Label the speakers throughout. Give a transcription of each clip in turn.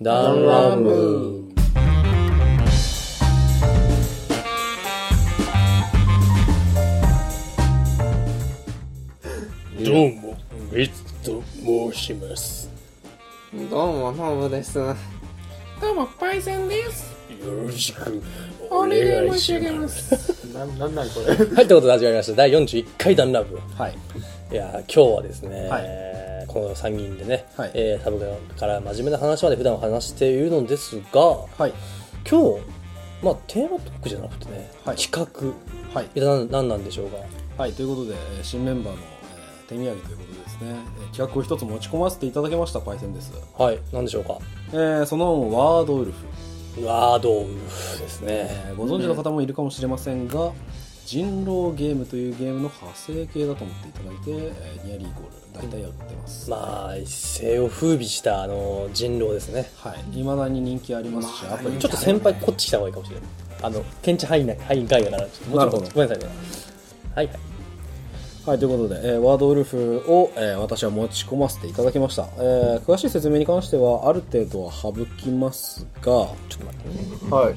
Speaker 1: ダンラム
Speaker 2: どうも、ウィッツと申します。
Speaker 3: どうも、ノブです。よ
Speaker 4: どうも、パイセンです。
Speaker 2: よろしくお
Speaker 4: お
Speaker 2: 願
Speaker 4: 願い
Speaker 2: い
Speaker 4: 申し
Speaker 2: し
Speaker 4: 上げ
Speaker 2: ま。
Speaker 4: ますす。
Speaker 3: なん、なんなんこ
Speaker 1: は
Speaker 3: れ。
Speaker 1: い、ということで始まりました。第41回ダンラブ。
Speaker 3: はい。
Speaker 1: いやー、今日はですね、
Speaker 3: はい
Speaker 1: えーこの3人でね、
Speaker 3: はい
Speaker 1: えーサブから真面目な話まで普段話しているのですが、
Speaker 3: はい。
Speaker 1: 今日、まあ、テーマトークじゃなくてね、
Speaker 3: はい
Speaker 1: 企画、
Speaker 3: はい。
Speaker 1: いやな何なんでしょうか。
Speaker 3: はい。ということで、えー新メンバーの、えー手土産ということでですね、えー企画を一つ持ち込ませていただきました、パイセンです。
Speaker 1: はい、何でしょうか。
Speaker 3: えーそのワードウルフ、
Speaker 1: ワードウルフですね。
Speaker 3: えーご存知の方もいるかもしれませんが、人狼ゲームというゲームの派生系だと思っていただいて、えーニアリーイコール、大体やってます。
Speaker 1: まあ、一世を風靡した、あの、人狼ですね。
Speaker 3: はい。いまだに人気ありますし、アプリ
Speaker 1: ちょっと先輩こっち来た方がいいかもしれない。あの、検知範囲内、範囲外だから、ちょっともうちょっと
Speaker 3: なるほ
Speaker 1: ごめんなさいね。はいはい。
Speaker 3: はい、ということで、えーワードウルフを、えー私は持ち込ませていただきました、えー詳しい説明に関してはある程度は省きますが、
Speaker 1: ちょっと待ってね。
Speaker 2: はい。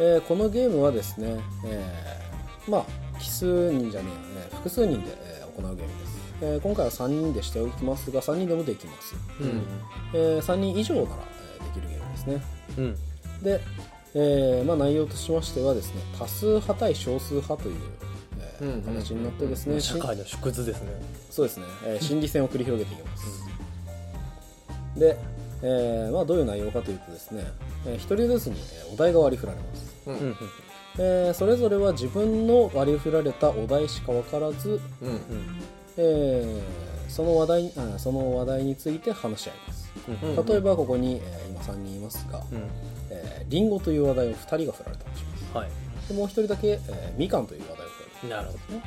Speaker 3: えーこのゲームはですね、えーまあ奇数人じゃねえや、えー複数人で、えー行うゲームです、えー今回は3人でしておきますが3人でもできます、えー3人以上なら、えーできるゲームですね
Speaker 1: うん。うん。
Speaker 3: で、えーまあ、内容としましてはですね多数派対少数派という、えー
Speaker 2: うんうん
Speaker 3: 形になってですね、
Speaker 1: 社会の縮図ですね。
Speaker 3: そうですね、 えー心理戦を繰り広げていきます、で、えーまあ、どういう内容かというとですね、え1人ずつにえーお題が割り振られます、
Speaker 2: う
Speaker 1: うん
Speaker 2: ん。
Speaker 3: えーそれぞれは自分の割り振られたお題しか分からず、
Speaker 2: うん。
Speaker 1: うん。
Speaker 3: えーその話題あその話題について話し合います
Speaker 1: うん。
Speaker 3: 例えばここに、えー今3人いますが、
Speaker 1: うん。
Speaker 3: えーリンゴという話題を2人が振られたとしま
Speaker 1: は
Speaker 3: すでもう1人だけ、えーみかんという話題を振られ
Speaker 1: い。なるほどね。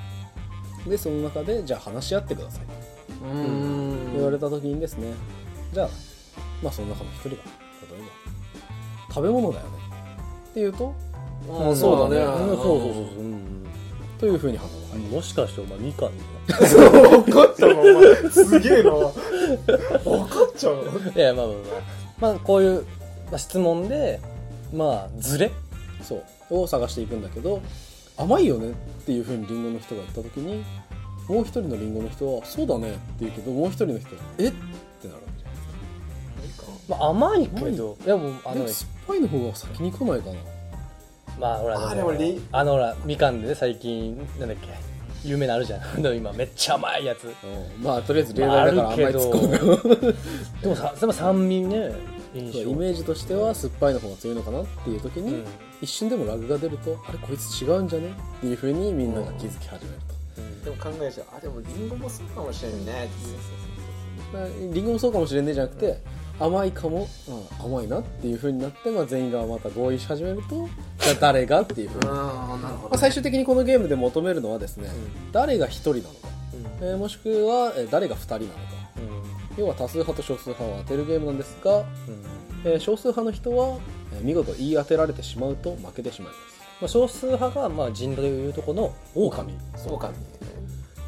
Speaker 3: たでその中でじゃあ話し合ってください
Speaker 2: うん。
Speaker 3: 言われた時にですねじゃあまあその中の一人が例えば食べ物だよねって言うと
Speaker 2: あそうだね。
Speaker 1: うんそうそうそうそう。うん
Speaker 3: というふうに反応が
Speaker 1: う
Speaker 3: 返
Speaker 1: ん。もしかしてお前みかんだ
Speaker 2: 分かったな、お前。すげえな。分かっちゃう。
Speaker 1: いやまあまあまあまあこういうまあ質問でまあズレ
Speaker 3: るそうを探していくんだけど甘いよねっていうふうにリンゴの人が言った時にもう一人のリンゴの人はそうだねって言うけどもう一人の人はえってなるわけじゃない
Speaker 1: まあ甘いけどいやもうあの
Speaker 3: でも
Speaker 1: ね
Speaker 3: 酸っぱいの方が先に来ないかな
Speaker 1: まあほら
Speaker 2: あ
Speaker 1: でも
Speaker 2: でもね
Speaker 1: あのほらみかんでね最近なんだっけ有名なあるじゃん でも今めっちゃ甘いやつ
Speaker 3: うんまあとりあえず例題だからあんまり突っ込む
Speaker 1: まああでもさでも酸味ね印象
Speaker 3: イメージとしては酸っぱいの方が強いのかなっていう時に、
Speaker 1: うん
Speaker 3: 一瞬でもラグが出るとあれこいつ違うんじゃねっていうふうにみんなが気づき始める
Speaker 2: でも考えちゃう。あ、でもリンゴもそうかもしれんね。
Speaker 3: と、リンゴもそうかもしれんねじゃなくて、甘いかも、うん甘いなっていうふうになって、まあ、全員がまた合意し始めるとじゃあ誰がっていうふうに、ま
Speaker 2: ああ、なるほ
Speaker 3: あ、最終的にこのゲームで求めるのはですね、誰が1人なのか、えーもしくはえー誰が2人なのか要は多数派と少数派を当てるゲームなんですが、
Speaker 1: うんうん
Speaker 3: えー少数派の人は、えー見事言い当てられてしまうと負けてしまいます
Speaker 1: まあ少数派がまあ人類でいうとこの狼
Speaker 2: ど。そうかね。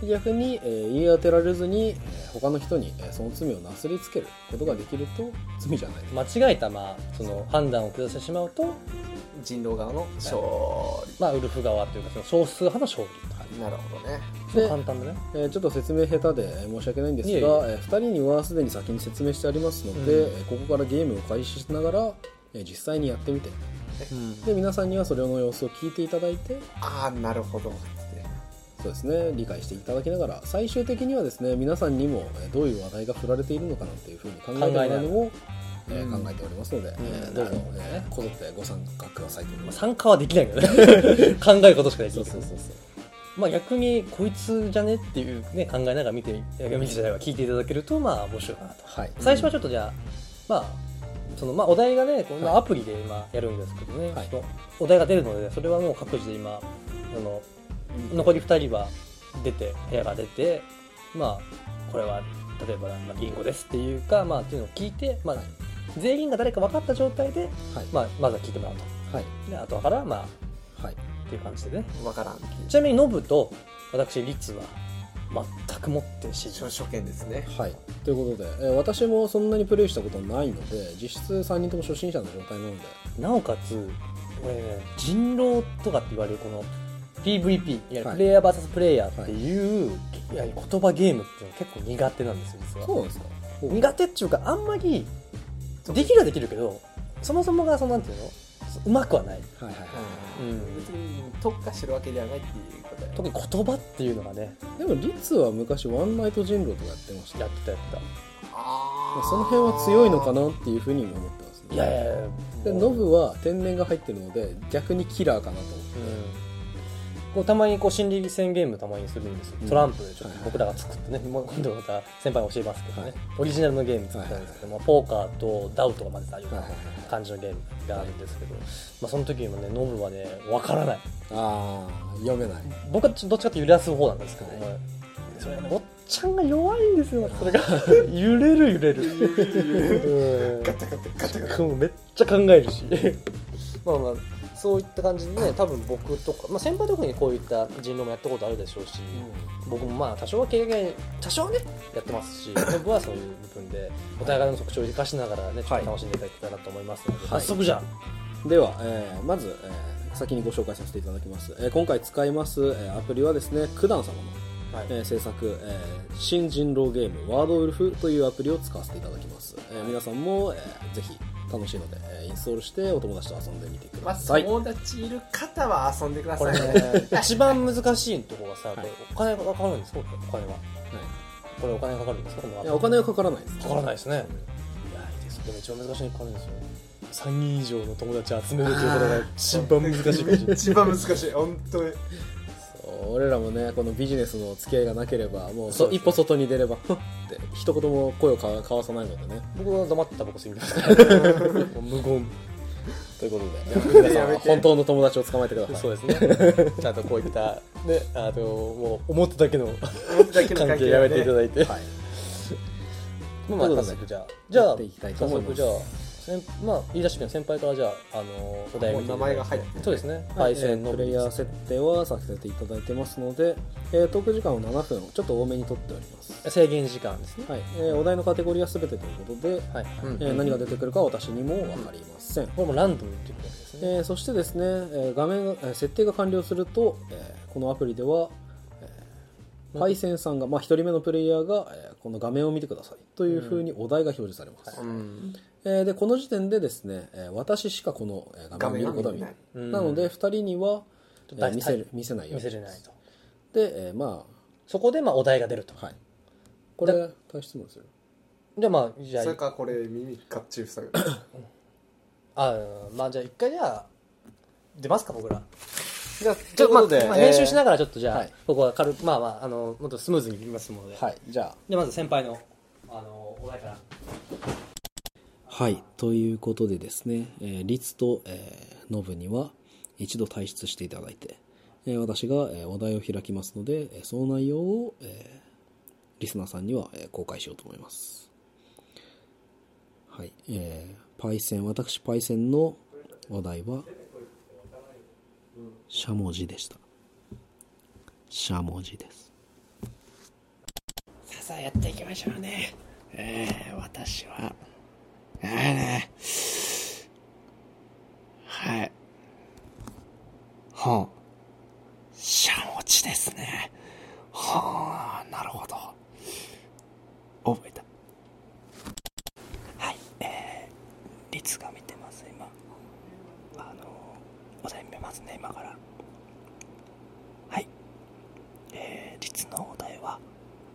Speaker 3: 逆に、えー言い当てられずに、えー他の人に、えーその罪をなすりつけることができると罪じゃない
Speaker 1: 間違えたまあその判断を下してしまうと
Speaker 2: 人狼側の勝
Speaker 1: まあウルフ側というかその少数派の勝利
Speaker 2: 利。なるほどね。
Speaker 1: そう
Speaker 3: で
Speaker 1: 簡単だね
Speaker 3: えーちょっと説明下手でえー申し訳ないんですが
Speaker 1: いえいえ
Speaker 3: えー2人にはすでに先に説明してありますので、
Speaker 1: うん
Speaker 3: えーここからゲームを開始しながら、えー実際にやってみてで皆さんにはそれの様子を聞いていただいて
Speaker 2: ああ、なるほど。
Speaker 3: そうですね理解していただきながら最終的にはですね皆さんにもえーどういう話題が振られているのかなというふうに考えてもらうのもえー
Speaker 2: うん
Speaker 3: 考えておりますので、えー
Speaker 1: うん
Speaker 3: どうぞ、えーこぞってご参加くださいと思います。
Speaker 1: 参加はできないけ どね考えることしかでき
Speaker 3: そ
Speaker 1: な
Speaker 3: う
Speaker 1: いけ
Speaker 3: そ
Speaker 1: ど
Speaker 3: うそうそう
Speaker 1: まあ逆にこいつじゃねっていうね考えながら見ていや見てじゃないわ聞いていただけるとまあ面白いかなと
Speaker 3: はい
Speaker 1: 最初はちょっとじゃあまあそのまあお題がねこ
Speaker 3: は
Speaker 1: の
Speaker 3: い
Speaker 1: アプリで今やるんですけどね、
Speaker 3: はい
Speaker 1: そのお題が出るのでそれはもう各自で今あの残り2人は出て部屋が出てまあこれは例えばまあリンゴですっていうかまあっていうのを聞いて、まあ
Speaker 3: はい、
Speaker 1: 全員が誰か分かった状態で、
Speaker 3: はい
Speaker 1: まあ、まずは聞いてもらうと
Speaker 3: はい
Speaker 1: であとからまあ
Speaker 3: はい
Speaker 1: っていう感じでね
Speaker 2: わからん。
Speaker 1: ちなみにノブと私リッツは全くもって知り
Speaker 2: 初初見ですね
Speaker 3: はい、ということで、えー私もそんなにプレイしたことないので実質3人とも初心者の状態なので
Speaker 1: なおかつ俺ね人狼とかって言われるこの PVP いわゆる
Speaker 3: はい
Speaker 1: プレイヤー VS プレイヤーっていう、いや言葉ゲームっていうの結構苦手なんですよ実は
Speaker 3: そうなんですか
Speaker 1: 苦手っていうかあんまりできるはできるけどそもそもがそのなんていうのうまくはない、
Speaker 3: はいはいは
Speaker 1: うん、
Speaker 2: 別に特化してるわけではないっていうことやね
Speaker 1: 特に言葉っていうのがね
Speaker 3: いでもリツは昔ワンナイト人狼とかやってました
Speaker 1: やってたやって
Speaker 2: あー
Speaker 3: その辺は強いのかなっていうふうに今思ってます
Speaker 1: た
Speaker 3: ね
Speaker 1: いやいやいや
Speaker 3: で
Speaker 1: も
Speaker 3: ノ
Speaker 1: う
Speaker 3: ブは天然が入ってるので逆にキラーかなと
Speaker 1: うんこうたまにこう心理戦ゲームたまにするんですよ、
Speaker 3: うん
Speaker 1: トランプでちょっと僕らが作ってね、もう今度また先輩に教えますけどね、
Speaker 3: はい
Speaker 1: オリジナルのゲーム作ったんですけど、まあ、ポーカーとダウトが混ぜたよう
Speaker 3: はい
Speaker 1: な
Speaker 3: はいはい
Speaker 1: 感じのゲームがあるんですけど、まあ、その時にもねノブはねわからない
Speaker 3: ああ読めない
Speaker 1: 僕はちょどっちかっていうと揺らす方なんですけど、
Speaker 3: はい
Speaker 1: まあそれがねおっちゃんが弱いんです よそれが揺れる揺れ るガタガタガタガタめっちゃ考えるし まあまあそういった感じでね多分僕とか、まあ、先輩とかにこういった人狼もやったことあるでしょうし、僕もまあ多少は経験多少はねやってます し僕はそういう部分でお互いの特徴を生かしながらねちょっと楽しんでいただけたらと思いますので、
Speaker 3: はい
Speaker 1: 早速じゃあ
Speaker 3: では、えーまず、えー先にご紹介させていただきます、えー今回使います、えーアプリはですね九段様の、
Speaker 1: はい
Speaker 3: えー制作、えー新人狼ゲームワードウルフというアプリを使わせていただきます、えー皆さんも、えーぜひ楽しいので、えーインストールしてお友達と遊んでみてく
Speaker 2: ま
Speaker 3: だ
Speaker 2: あ
Speaker 3: さい、
Speaker 2: 友達いる方は遊んでくだ
Speaker 1: こ
Speaker 2: さ
Speaker 1: れ
Speaker 2: い
Speaker 1: ね
Speaker 2: ね
Speaker 1: 一番難しいところはさ、これ
Speaker 3: はい
Speaker 1: お金がかかるんですかお金は
Speaker 3: はい
Speaker 1: これお金かかるんですかこの
Speaker 3: いやお金はかからないです、
Speaker 1: かからないですねいやいいですでも一番難しいのかかるんですよ3人以上の友達集めるということが一番難しいかもしれ ない
Speaker 2: 一番難しい本当に
Speaker 3: そう俺らもねこのビジネスの付き合いがなければもう
Speaker 1: そう
Speaker 3: そ
Speaker 1: ですね
Speaker 3: 一歩外に出れば ふっって一言も声をか交わさないのでね
Speaker 1: 僕は黙ってた僕すぎました無言
Speaker 3: ということ で皆さん
Speaker 2: やめ
Speaker 3: は
Speaker 2: て
Speaker 3: 本当の友達を捕まえてください
Speaker 1: そうですねちゃんとこういったねあのもう思っただけの
Speaker 2: 思っただけ
Speaker 1: 関
Speaker 2: の関
Speaker 1: 係
Speaker 2: 係
Speaker 1: や
Speaker 2: は
Speaker 1: め
Speaker 2: ね
Speaker 1: ていただいて、
Speaker 3: はい
Speaker 1: まあまあ早
Speaker 3: ということで
Speaker 1: 速じゃあじゃ
Speaker 3: や
Speaker 1: あ
Speaker 3: っていきたいと
Speaker 1: 早
Speaker 3: 思いま
Speaker 1: 速
Speaker 3: す
Speaker 1: じゃあ先まあ言い出しっぺの先輩からじゃああのお題を
Speaker 2: もう名前が入っ
Speaker 1: そうですね
Speaker 3: は
Speaker 1: パ
Speaker 3: い、
Speaker 1: イセン
Speaker 3: え
Speaker 1: の
Speaker 3: ープレイヤー設定はさせていただいてますので、えートーク時間を7分ちょっと多めにとっております、
Speaker 1: 制限時間ですね
Speaker 3: はいえーお題のカテゴリーは全てということで、
Speaker 1: はい、
Speaker 2: うん
Speaker 3: えー何が出てくるかは私にも分かりません、
Speaker 1: これもランダムっていうことですね、
Speaker 3: えーそしてですね、えー画面がえー設定が完了すると、えーこのアプリでは、えー、パイセンさんが、まあ、1人目のプレイヤーが、えーこの画面を見てくださいというふうにお題が表示されます、
Speaker 2: うん
Speaker 3: えーでこの時点でですね、えー私しかこのえー画面を見ることは見ない
Speaker 1: 画面を見ない
Speaker 3: なので2人には、えー
Speaker 1: 出
Speaker 3: 見
Speaker 1: したい
Speaker 3: せる見せないよう
Speaker 1: 見
Speaker 3: に
Speaker 1: せれないと
Speaker 3: で、えーま
Speaker 1: そこでまあお題が出ると
Speaker 3: あはいこれ大質問する
Speaker 1: じゃあまあじゃ
Speaker 2: それ
Speaker 1: あ
Speaker 2: かこれ耳かっちゅう塞ぐ
Speaker 1: あーまあじゃあ一回じゃあ出ますか僕ら
Speaker 2: じゃあ
Speaker 1: ちょっとまあまあ編集しながらちょっとじゃあ、
Speaker 3: はい
Speaker 1: ここは軽くまあまああのもっとスムーズにいきますので、
Speaker 3: はいじゃあ
Speaker 1: でまず先輩のあのお題から
Speaker 3: はいということでですね、えーリツと、えーノブには一度退出していただいて、えー私が、えーお題を開きますので、えーその内容を、えーリスナーさんには、えー公開しようと思いますはいえーパイセン私パイセンのお題はしゃもじでしたしゃもじです
Speaker 4: さあやっていきましょうねえー、私はえーねはいほんしゃもちですねほあなるほど覚えたはいえー、律が見てます今あのお題見ますね今からはいえー、律のお題は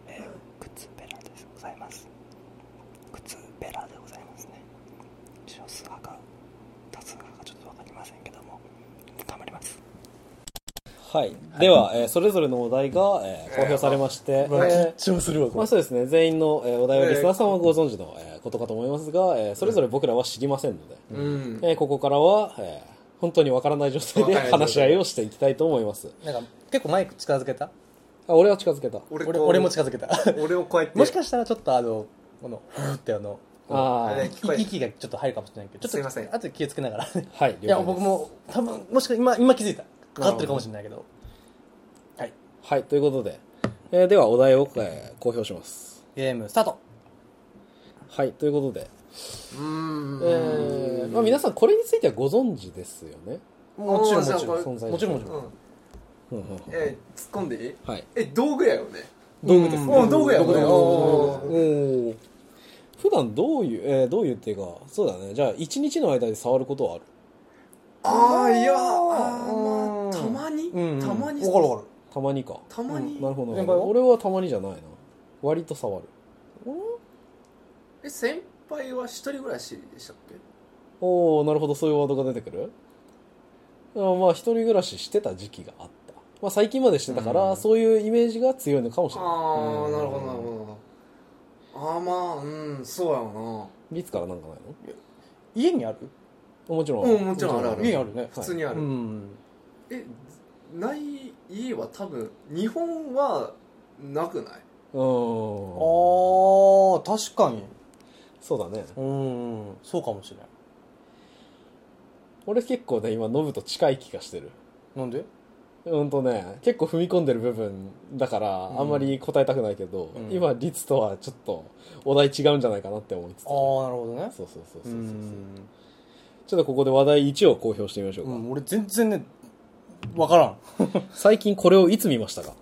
Speaker 4: えー靴べらでございます靴べらでございますね少数派か多数派かちょっと分かりませんけども頑張ります
Speaker 3: はい、では、えーそれぞれのお題が、えー公表されまして、えー
Speaker 1: 緊張するわこ
Speaker 3: まあそうですね全員の、えーお題はリスナーさんはご存知の、えーことかと思いますが、えーそれぞれ僕らは知りませんので、
Speaker 2: うん
Speaker 3: えーここからは、えー本当にわからない状態で
Speaker 2: わからない状態
Speaker 3: 話し合いをしていきたいと思います
Speaker 1: れなんか結構マイク近づけた
Speaker 3: あ俺は近づけた
Speaker 2: 俺
Speaker 1: 俺
Speaker 2: こう
Speaker 1: 俺も近づけた
Speaker 2: 俺をこうやって
Speaker 1: もしかしたらちょっとあのこのふーってあの
Speaker 3: あ
Speaker 2: あれ
Speaker 3: ー
Speaker 2: 聞こえる
Speaker 1: 息がちょっと入るかもしれないけどちょっと
Speaker 2: すいません
Speaker 1: あと気をつけながら
Speaker 3: はい了解
Speaker 1: いや
Speaker 3: です
Speaker 1: 僕も多分もしか今今気づいたかかってるかもしれないけど
Speaker 3: はいということで、ええーではお題を、えー公表します。
Speaker 1: ゲームスタート
Speaker 3: はい、ということで、
Speaker 2: うーん
Speaker 3: えーまあ、皆さんこれについてはご存知ですよね。
Speaker 1: もちろんもちろん
Speaker 2: これ
Speaker 3: 存在
Speaker 1: もちろんもちろん
Speaker 2: うん
Speaker 3: うんうんうん
Speaker 2: えー突っ込んでいい
Speaker 3: はい、
Speaker 2: え道具やよね
Speaker 1: 道具です
Speaker 2: うん道具やよね
Speaker 1: 道具
Speaker 2: おー
Speaker 3: お普段どういう、えーどういうっていうか、そうだね。じゃあ、一日の間で触ることはある
Speaker 2: ああいやあ
Speaker 1: うん
Speaker 2: ーまあたまに
Speaker 1: うん
Speaker 2: たまに
Speaker 1: わかるわかる
Speaker 3: たまにか。
Speaker 2: たまに
Speaker 3: なるほどなる
Speaker 1: 先輩
Speaker 3: ほど。
Speaker 1: は
Speaker 3: 俺はたまにじゃないな。割と触る。
Speaker 2: え先輩は一人暮らしでしたっけ
Speaker 3: おおなるほど、そういうワードが出てくるあまあ、一人暮らししてた時期があった。まあ、最近までしてたから、
Speaker 1: うん
Speaker 3: そういうイメージが強いのかもしれな
Speaker 2: ああなるほどなるほどああまあうんそうやろ
Speaker 3: い。いつからなんかない
Speaker 1: 家にある
Speaker 3: のもちろん。
Speaker 2: うんもちろんあるある
Speaker 1: 家にあるね
Speaker 2: な普通にあ
Speaker 1: う
Speaker 2: る、
Speaker 1: ん
Speaker 2: えない家は多分日本はなくない
Speaker 3: うん。
Speaker 1: あー確かに
Speaker 3: そうだね。
Speaker 1: うんそうかもしれない
Speaker 3: 俺結構ね、今、ノブと近い気がしてる。
Speaker 1: なんで
Speaker 3: うんとね、結構踏み込んでる部分だから、
Speaker 1: うん
Speaker 3: あんまり答えたくないけど、
Speaker 1: うん
Speaker 3: 今、率とはちょっと、お題違うんじゃないかなって思いつつ。
Speaker 1: ああなるほどね
Speaker 3: そうそうそうそう
Speaker 1: う
Speaker 3: そう。
Speaker 1: ん
Speaker 3: ちょっとここで話題1を公表してみましょう
Speaker 1: う
Speaker 3: か。
Speaker 1: ん俺全然ねわからん
Speaker 3: 最近これをいつ見ましたか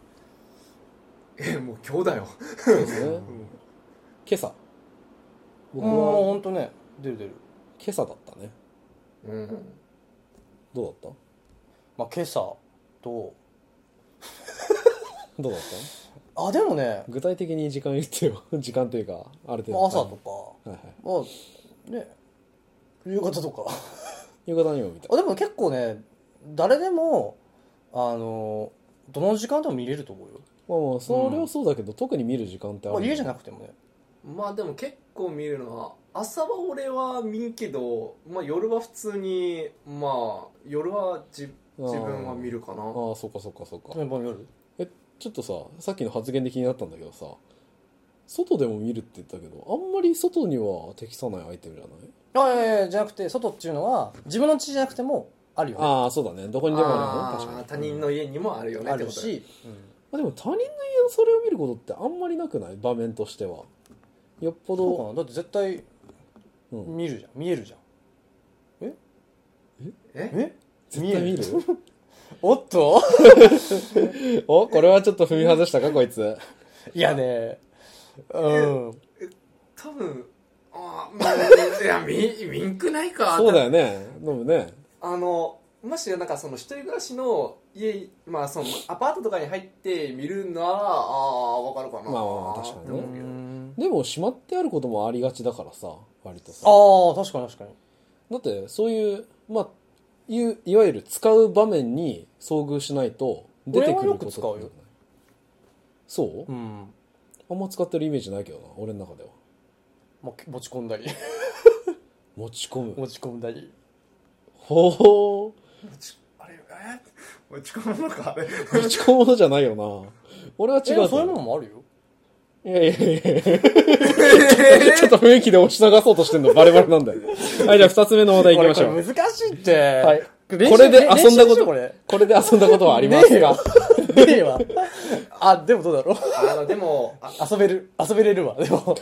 Speaker 2: えもう今日だよ
Speaker 3: そうですね。今朝。僕
Speaker 1: もう
Speaker 3: は、
Speaker 1: 本当ね出る出る
Speaker 3: 今朝だったね。
Speaker 2: うん
Speaker 3: どうだっ
Speaker 1: まあ今朝と
Speaker 3: たどうだった
Speaker 1: あでもね
Speaker 3: 具体的に時間言ってよ。 時間というか、ある程
Speaker 1: ま
Speaker 3: 度。
Speaker 1: あ朝
Speaker 3: は
Speaker 1: とか
Speaker 3: いはいはい。
Speaker 1: まあね夕方とか
Speaker 3: 夕方にも見た。
Speaker 1: あでも結構ね誰でもあのどの時間でも見れると思うよ、
Speaker 3: まあまあ、それはそうだけど、特に見る時間ってあ
Speaker 1: まあ、
Speaker 3: る。
Speaker 1: 家じゃ
Speaker 3: な
Speaker 1: なくてもね
Speaker 2: まあでも結構見るのは朝は俺は見んけど、まあ、夜は普通にまあ夜はじ自分は見るかな
Speaker 3: ああ、そっかそっかそっか。
Speaker 1: 例えば夜
Speaker 3: えちょっとささっきの発言で気になったんだけどさ外でも見るって言ったけどあんまり外には適さないアイテムじゃない
Speaker 1: あいやいやいやじゃなくて外っていうのは自分の家じゃなくてもあるよ、ね、
Speaker 3: ああそうだねどこにでもあ
Speaker 2: あー
Speaker 3: るよね確か
Speaker 2: 他
Speaker 3: に
Speaker 2: 人の家にもあるよね
Speaker 1: あ
Speaker 2: って
Speaker 1: る
Speaker 2: ことだよ
Speaker 1: し、
Speaker 3: あでも他人の家のそれを見ることってあんまりなくない場面としてはよっぽ
Speaker 1: そうか
Speaker 3: ど
Speaker 1: なだって絶対
Speaker 3: うん
Speaker 1: 見るじゃん見えるじゃん
Speaker 2: え
Speaker 1: え
Speaker 3: 絶対見る
Speaker 1: おっと
Speaker 3: おこれはちょっと踏み外したかこいつ
Speaker 1: いやねうん
Speaker 2: 多分ああまあいや見見んくないか
Speaker 3: そうだよね飲むね
Speaker 2: あのもしなんかその一人暮らしの家、まあ、そのアパートとかに入って見るならああ分かるかな
Speaker 3: まあまあ確かに
Speaker 2: って
Speaker 3: ね
Speaker 2: 思うけど
Speaker 3: でもしまってあることもありがちだからさ割とさ
Speaker 1: ああ確かに確かに
Speaker 3: だってそういうまあいういわゆる使う場面に遭遇しないと出てくることって
Speaker 1: 俺はよく使うよ
Speaker 3: そう、
Speaker 1: うん
Speaker 3: あんま使ってるイメージないけどな俺の中では
Speaker 1: まあ持ち込んだり
Speaker 3: 持ち込む
Speaker 1: 持ち込んだり
Speaker 3: ほ
Speaker 2: あ れえ落ち込むのかあれ
Speaker 3: う持ち込むものじゃないよな俺は
Speaker 1: 違
Speaker 3: 違うと
Speaker 1: うそういうも
Speaker 3: 思
Speaker 1: のもあるよ
Speaker 3: ういやいやいやいやちょっと雰囲気で押し流そうとしてんのバレバレなんだよはいじゃあ2つ目の話題いきまし ょ
Speaker 1: こ
Speaker 3: う
Speaker 1: れ難しいって、
Speaker 3: はい
Speaker 1: こ
Speaker 3: これで遊んだこ
Speaker 1: これ
Speaker 3: とこれで遊んだことはありますか
Speaker 1: ねえわあでもどうだろう
Speaker 2: あのでもあ
Speaker 1: 遊べる遊べれるわで も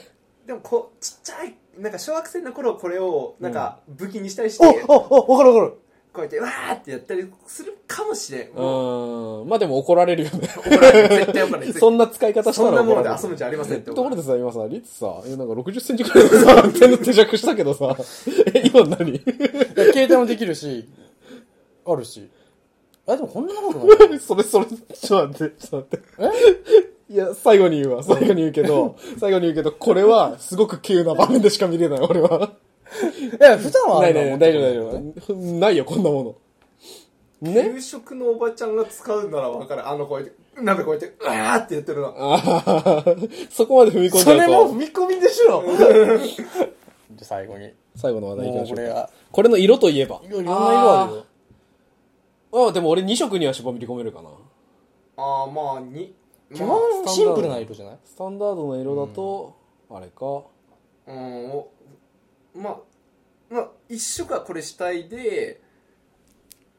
Speaker 2: でもこうちっちゃいなんか小学生の頃これをなんか武器にしたりして、
Speaker 1: お
Speaker 2: こ
Speaker 1: おおわかるわかる
Speaker 2: うやってわーってやったりするかもしれん
Speaker 3: う
Speaker 2: もう
Speaker 3: ーんまあでも怒られるよね
Speaker 2: 怒られる絶対怒られる
Speaker 3: そんな使い方した
Speaker 2: そん
Speaker 3: ら
Speaker 2: なも
Speaker 3: 怒
Speaker 2: ので
Speaker 3: られる
Speaker 2: 遊ぶんじゃありませんって
Speaker 3: と
Speaker 2: 怒
Speaker 3: こ
Speaker 2: ら
Speaker 3: ろ
Speaker 2: れ
Speaker 3: で
Speaker 2: る
Speaker 3: さ、今さ、リツさ、え、なんか60センチくらいのさ、手の手弱したけどさ、え、今何
Speaker 1: いや携帯もできるしあるしあでもこんな長くない
Speaker 3: それそれ、ちょっと待って、ちょっと待って。いや、最後に言うわ、最後に言うけど、最後に言うけど、これは、すごく急な場面でしか見れない、俺は。
Speaker 1: いや普段はあ
Speaker 3: ない
Speaker 1: るな
Speaker 3: ないない、大丈夫大丈夫。ないよ、こんなもの。ね
Speaker 2: 給食のおばちゃんが使うなら分かるあのこうやってなんかこうやってわーってやってるの
Speaker 3: あーそこまで踏み込ん
Speaker 1: そ
Speaker 3: じゃ
Speaker 1: れ
Speaker 3: う
Speaker 1: も
Speaker 3: と、
Speaker 1: 踏み込みでしょじゃあ最後に
Speaker 3: 最後の話題いき
Speaker 1: も
Speaker 3: ま
Speaker 1: う
Speaker 3: しょ
Speaker 1: こ
Speaker 3: う
Speaker 1: れ
Speaker 3: か。
Speaker 1: が
Speaker 3: これの色といえば。
Speaker 1: いろんな色あるよ
Speaker 3: ああ、でも俺2色には絞り込めるかな。
Speaker 2: ああまあに
Speaker 1: 基
Speaker 2: まあ
Speaker 1: 本シンプルな色じゃない
Speaker 3: スタンダードの色だと、あれか。
Speaker 2: うんおまあまあ一色はこれ主体で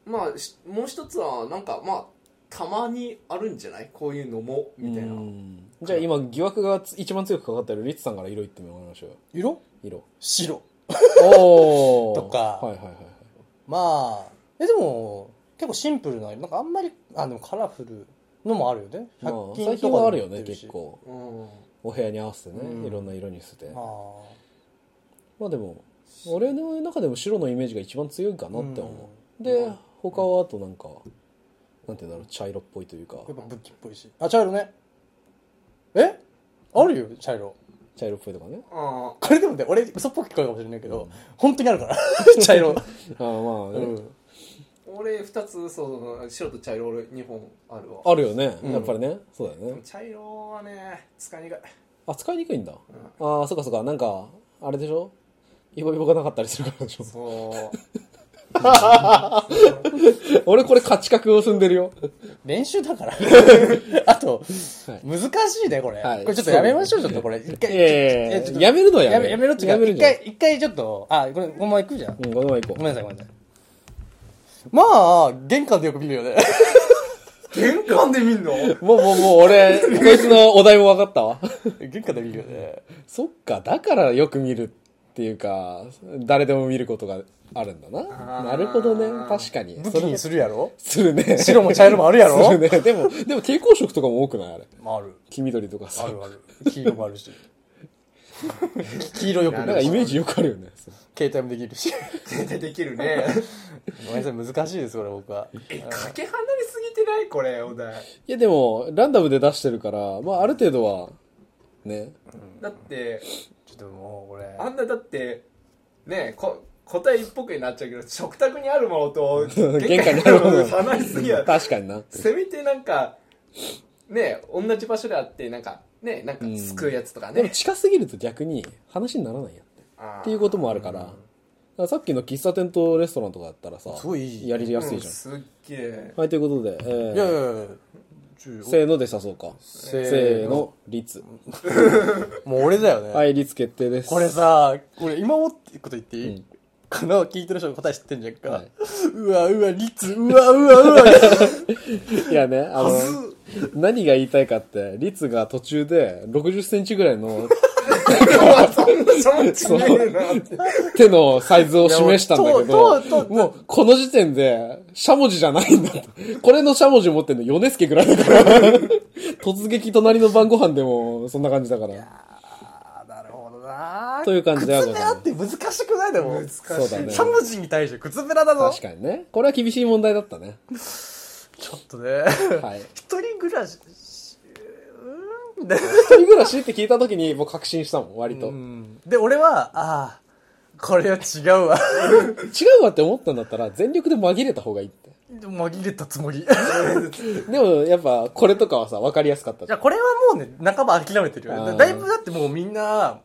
Speaker 2: まあしもう一つはなんかまあたまにあるんじゃないこういうのもみたいな
Speaker 3: うんじゃあ今疑惑がつ一番強くかかってるリツさんから色言ってみましょうよ
Speaker 5: 色
Speaker 3: 色
Speaker 5: 白
Speaker 3: おー
Speaker 5: とか
Speaker 3: はいはいはいはい
Speaker 5: まあえでも結構シンプルななんかあんまりあのカラフルのもあるよね
Speaker 3: まあ
Speaker 5: 100、均
Speaker 3: 最
Speaker 5: と
Speaker 3: 近
Speaker 5: か
Speaker 3: はある
Speaker 5: でも
Speaker 3: よね
Speaker 5: 売ってし
Speaker 3: 結構
Speaker 2: うん
Speaker 3: お部屋に合わせてね、
Speaker 5: うん
Speaker 3: いろんな色にしてて
Speaker 5: ああ
Speaker 3: まあでも俺の中でも白のイメージが一番強いかなって思う、
Speaker 5: うん
Speaker 3: で他はあとなんかなんていうんだろう茶色っぽいというか
Speaker 5: やっぱ武器っぽいしあ茶色ねえあるよ茶色
Speaker 3: 茶色っぽいとかね
Speaker 2: あ
Speaker 5: これでもね俺嘘っぽく聞こえるかもしれないけど、本当にある から茶色、
Speaker 3: ああまあ
Speaker 5: う
Speaker 3: ね、
Speaker 5: ん、
Speaker 2: ー俺2つそう白と茶色俺2本あるわ
Speaker 3: あるよね、
Speaker 5: うん
Speaker 3: やっぱりねそうだよね
Speaker 2: 茶色はね使いにくい
Speaker 3: あ使いにくいんだ、ああそっかそっかなんかあれでしょイボイボがなかったりするからでしょ
Speaker 2: そう
Speaker 3: 俺これ価値格を進んでるよ
Speaker 5: 練習だから あと、
Speaker 3: はい
Speaker 5: 難しいねこれ、
Speaker 3: はい
Speaker 5: これちょっとやめましょうちょっとこれ一回
Speaker 3: いやいやいや
Speaker 5: ちょっと
Speaker 3: やめるのはやめ
Speaker 5: やめやめるっていう
Speaker 3: や
Speaker 5: か
Speaker 3: める
Speaker 5: 一
Speaker 3: じゃん
Speaker 5: 回一回ちょっとあこれこのまま行くじゃん
Speaker 3: うんこのままいこ
Speaker 5: ご
Speaker 3: う
Speaker 5: めんなさいごめんなさいまあ玄関でよく見る よね
Speaker 2: 玄関で見んの
Speaker 3: もうもうもう俺こいつのお題も分かったわ
Speaker 5: 玄関で見るよね
Speaker 3: そっかだからよく見るっていうか誰でも見ることがあるんだな
Speaker 2: あー
Speaker 3: なるほどね確かに
Speaker 5: 武器にするやろ
Speaker 3: するね
Speaker 5: 白も茶 色もあ るやろ
Speaker 3: するねでもでも蛍光色とかも多くないあれ
Speaker 5: まあある
Speaker 3: 黄緑とかさ
Speaker 5: あるある黄色もあるし 黄色よく
Speaker 3: な
Speaker 5: 見
Speaker 3: ん
Speaker 5: る
Speaker 3: かイメージよくあるよね
Speaker 5: 携帯もできるし
Speaker 2: 絶対できるね
Speaker 5: ごめんなさい難しいですこれ僕は
Speaker 2: え かけ離れすぎてないこれお題
Speaker 3: いやでもランダムで出してるからまあある程度はね
Speaker 2: だって
Speaker 5: ちょっともうこれ
Speaker 2: あんなだってねこ答えっぽくなっちゃうけど食卓にあるものと玄関にあるものと離れすぎや
Speaker 3: 確かにな
Speaker 2: せめてなんかね同じ場所であってなんかねなんかすくうやつとか
Speaker 3: でも
Speaker 2: ね、
Speaker 3: 近すぎると逆に話にならないやって
Speaker 2: あー
Speaker 3: っていうこともあるからだからさっきの喫茶店とレストランとかだったらさ
Speaker 5: すごいいい
Speaker 3: やりやすいじ
Speaker 2: う
Speaker 3: ゃ
Speaker 2: ん
Speaker 3: ん
Speaker 2: すっげえ
Speaker 3: はいということでえー
Speaker 5: いやいやいやちょ
Speaker 3: せーので誘そうかせ
Speaker 5: ー
Speaker 3: ー
Speaker 5: の
Speaker 3: の率
Speaker 5: もう俺だよね、
Speaker 3: はい率決定です
Speaker 5: これさ俺今思ってこと言っていい、
Speaker 3: うん
Speaker 5: この聞いてる人の答え知ってんじゃんか、
Speaker 3: はいう
Speaker 5: わうわ率うわうわうわ
Speaker 3: いやね、あの、何が言いたいかって、リツが途中で60センチぐらい の
Speaker 2: そんちねえな
Speaker 3: 手のサイズを示したんだけ
Speaker 5: とうと
Speaker 3: ど、もうこの時点で、しゃもじじゃないんだって。これのしゃもじ持ってんの、ヨネスケぐらいだから。 突撃隣の晩ご飯でも、そんな感じだから。
Speaker 5: あーなるほどな
Speaker 3: という感じではござ
Speaker 5: 靴べ
Speaker 3: い
Speaker 5: ら
Speaker 3: ま
Speaker 5: って難しくないでも
Speaker 3: そうだね
Speaker 5: し。ゃもじに対して靴べらだぞ
Speaker 3: 確かにね。これは厳しい問題だったね。
Speaker 5: ちょっとね
Speaker 3: はい。
Speaker 5: 一人暮らしうーん
Speaker 3: 一人暮らしって聞いた時に、もう確信したもん、割と。
Speaker 5: で俺はああこれは違うわ
Speaker 3: 違うわって思ったんだったら、全力で紛れた方がいいって。
Speaker 5: 紛れたつもりじ
Speaker 3: でも、やっぱ、これとかはさ、わかりやすかったじ
Speaker 5: ゃ
Speaker 3: ゃん
Speaker 5: あこれはもうね半ば諦めてるよ
Speaker 3: あ
Speaker 5: ね
Speaker 3: ー
Speaker 5: だいぶだってもうみんな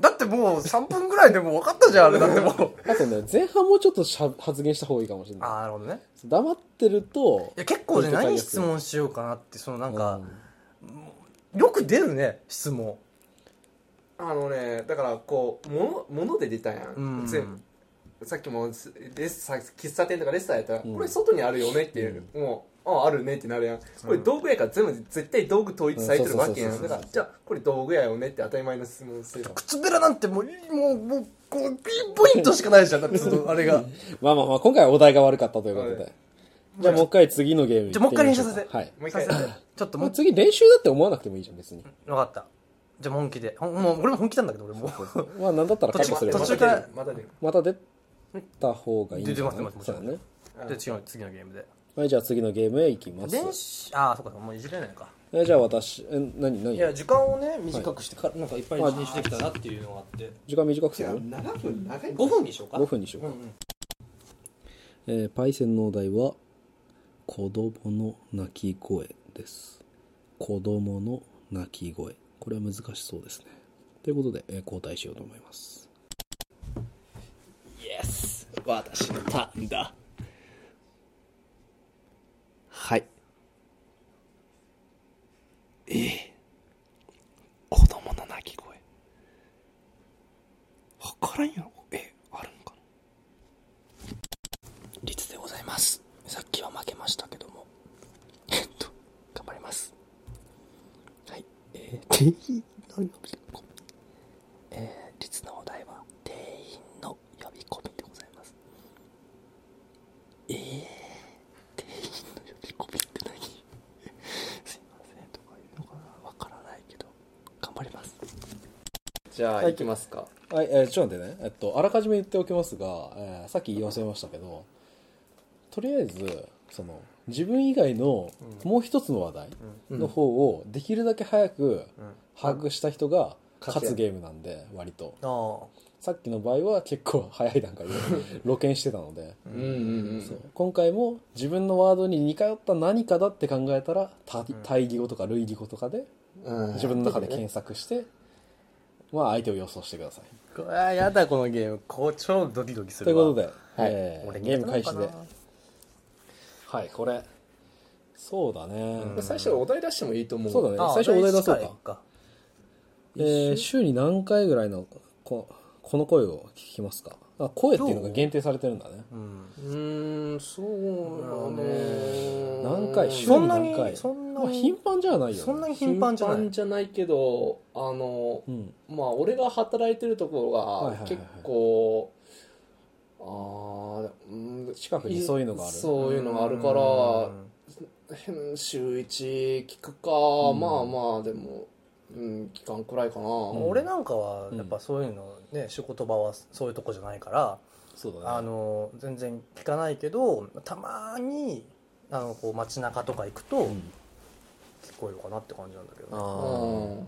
Speaker 5: だってもう3分ぐらいでもう分かったじゃんあれだって もう
Speaker 3: あとね、前半もうちょっとしゃ発言した方がいいかもしれ
Speaker 5: あ
Speaker 3: な
Speaker 5: あなるほどね
Speaker 3: い。黙ってると
Speaker 5: い、や結構
Speaker 3: こうい
Speaker 5: ね
Speaker 3: う解
Speaker 5: 何
Speaker 3: 約
Speaker 5: 質問しようかなってそのなん
Speaker 3: う
Speaker 5: か
Speaker 3: ん、
Speaker 5: よく出るね質問
Speaker 2: あのねだからこうものもので出たやん、
Speaker 5: うん
Speaker 2: ついさっきもレスさ喫茶店とかレストランやったら、
Speaker 3: ん
Speaker 2: これ外にあるよねっていう、もうああるねってなるやんこれ道具やから全部絶対道具統一されてるわけや
Speaker 3: うん
Speaker 2: ん
Speaker 3: そうそうそ
Speaker 2: だ
Speaker 3: うそう
Speaker 2: からじゃあこれ道具やよねって当たり前の質問をすれば
Speaker 5: 靴べらなんてもうもうもうこうピンポイントしかないじゃんだってそのあれが
Speaker 3: まあまあまあ、今回はお題が悪かったということで。
Speaker 2: はい
Speaker 3: じゃあもう一回次のゲーム
Speaker 5: じゃあもう一回練習
Speaker 3: 行っ
Speaker 5: させ
Speaker 3: みましょう
Speaker 5: て、
Speaker 3: かはい。
Speaker 2: もう一回
Speaker 5: させてちょっと
Speaker 3: も
Speaker 5: も
Speaker 3: う
Speaker 5: う
Speaker 3: 次練習だって思わなくてもいいじゃん、別に。
Speaker 5: 分かったじゃあもう本気でほんもう俺も本気なんだけど俺もう
Speaker 3: まあなんだったらカットすれば
Speaker 5: 途
Speaker 2: ま
Speaker 5: 中
Speaker 2: た
Speaker 5: から
Speaker 2: 出るまた出る
Speaker 3: また出た方がいいんじゃない
Speaker 5: 出てます出てます
Speaker 3: そうだね。
Speaker 5: で 次の次のゲームで
Speaker 3: はい、じゃあ次のゲームへ行きます。
Speaker 5: 電子ああそうかもういじれないのか
Speaker 3: えじゃあ私、え、何、何
Speaker 5: いや時間をね短くしてか、
Speaker 1: なんかいっぱいにしてきたなっていうのがあって
Speaker 3: 時間短くする
Speaker 2: 7分長い
Speaker 1: 5分にしようか
Speaker 3: 5分にしようか、えーパイセンのお題は「子供の泣き声」です子供の泣き声これは難しそうですねということで、えー交代しようと思います
Speaker 4: イエス私のターンだはいええ子供の泣き声わからんよえあるんかな率でございますさっきは負けましたけどもえ 店員の呼び込み。えー、率のお題は、店員の呼び込みでございます。えー、店員の呼び込みって何 すいません、とか言うのかなわからないけど、頑張ります。
Speaker 2: じゃあ、
Speaker 3: はい
Speaker 2: い、きますか
Speaker 3: はい、えーちょっと待ってね、えっと、あらかじめ言っておきますが、えーさっき言い忘れましたけど、とりあえず、その、自分以外のもう一つの話題の方をできるだけ早く把握した人が勝つゲームなんで、割と。
Speaker 5: あ
Speaker 3: さっきの場合は結構早い段 階で露見してたので、
Speaker 2: うんうんうん
Speaker 3: そう今回も自分のワードに似通った何かだって考えたら、た対義語とか類義語とかで
Speaker 5: うん
Speaker 3: 自分の中で検索して、まあ相手を予想してください。
Speaker 5: うわやだこのゲームこう超ドキドキす
Speaker 3: とい
Speaker 5: る
Speaker 3: うこと
Speaker 5: わ
Speaker 3: で、
Speaker 5: はい
Speaker 3: えー
Speaker 5: 俺
Speaker 3: ゲーム開始
Speaker 5: 似
Speaker 3: で
Speaker 5: たのかな
Speaker 3: はいこれそうだね、
Speaker 5: うん
Speaker 2: 最初お題出してもいいと思う
Speaker 3: そうだね
Speaker 5: あ
Speaker 3: 最初お題出そう
Speaker 5: 第一
Speaker 3: か
Speaker 5: 回か
Speaker 3: えー週に何回ぐらいのここの声を聞きますかあ声っていうのが限定されてるんだね
Speaker 5: うん
Speaker 2: うーんそうだね
Speaker 3: 何回週
Speaker 5: そ
Speaker 3: に
Speaker 5: んな
Speaker 3: 何
Speaker 5: に
Speaker 3: 回
Speaker 5: そんな
Speaker 3: まあ頻繁じゃないよね
Speaker 5: そんなに頻繁じゃない
Speaker 2: 頻繁じゃないけどあの
Speaker 3: うん
Speaker 2: まあ俺が働いてるとこ
Speaker 3: いはい
Speaker 2: ろ
Speaker 3: はいは
Speaker 2: が
Speaker 3: い
Speaker 2: 結構、ああうん
Speaker 3: 近くにそういうのがある
Speaker 2: そういうのがあるか
Speaker 5: う
Speaker 2: ら
Speaker 5: ん
Speaker 2: 変週1聞くか、
Speaker 3: ん
Speaker 2: まあまあでも、うん、期間くらいかな、
Speaker 5: 俺なんかはやっぱそういうのね、仕事場はそういうとこじゃないから、
Speaker 3: そうだね
Speaker 5: あの全然聞かないけどたまにあのこう街中とか行くと、
Speaker 3: ん
Speaker 5: 聞こえるかなって感じなんだけど、ね、
Speaker 3: あ
Speaker 2: うん
Speaker 3: ー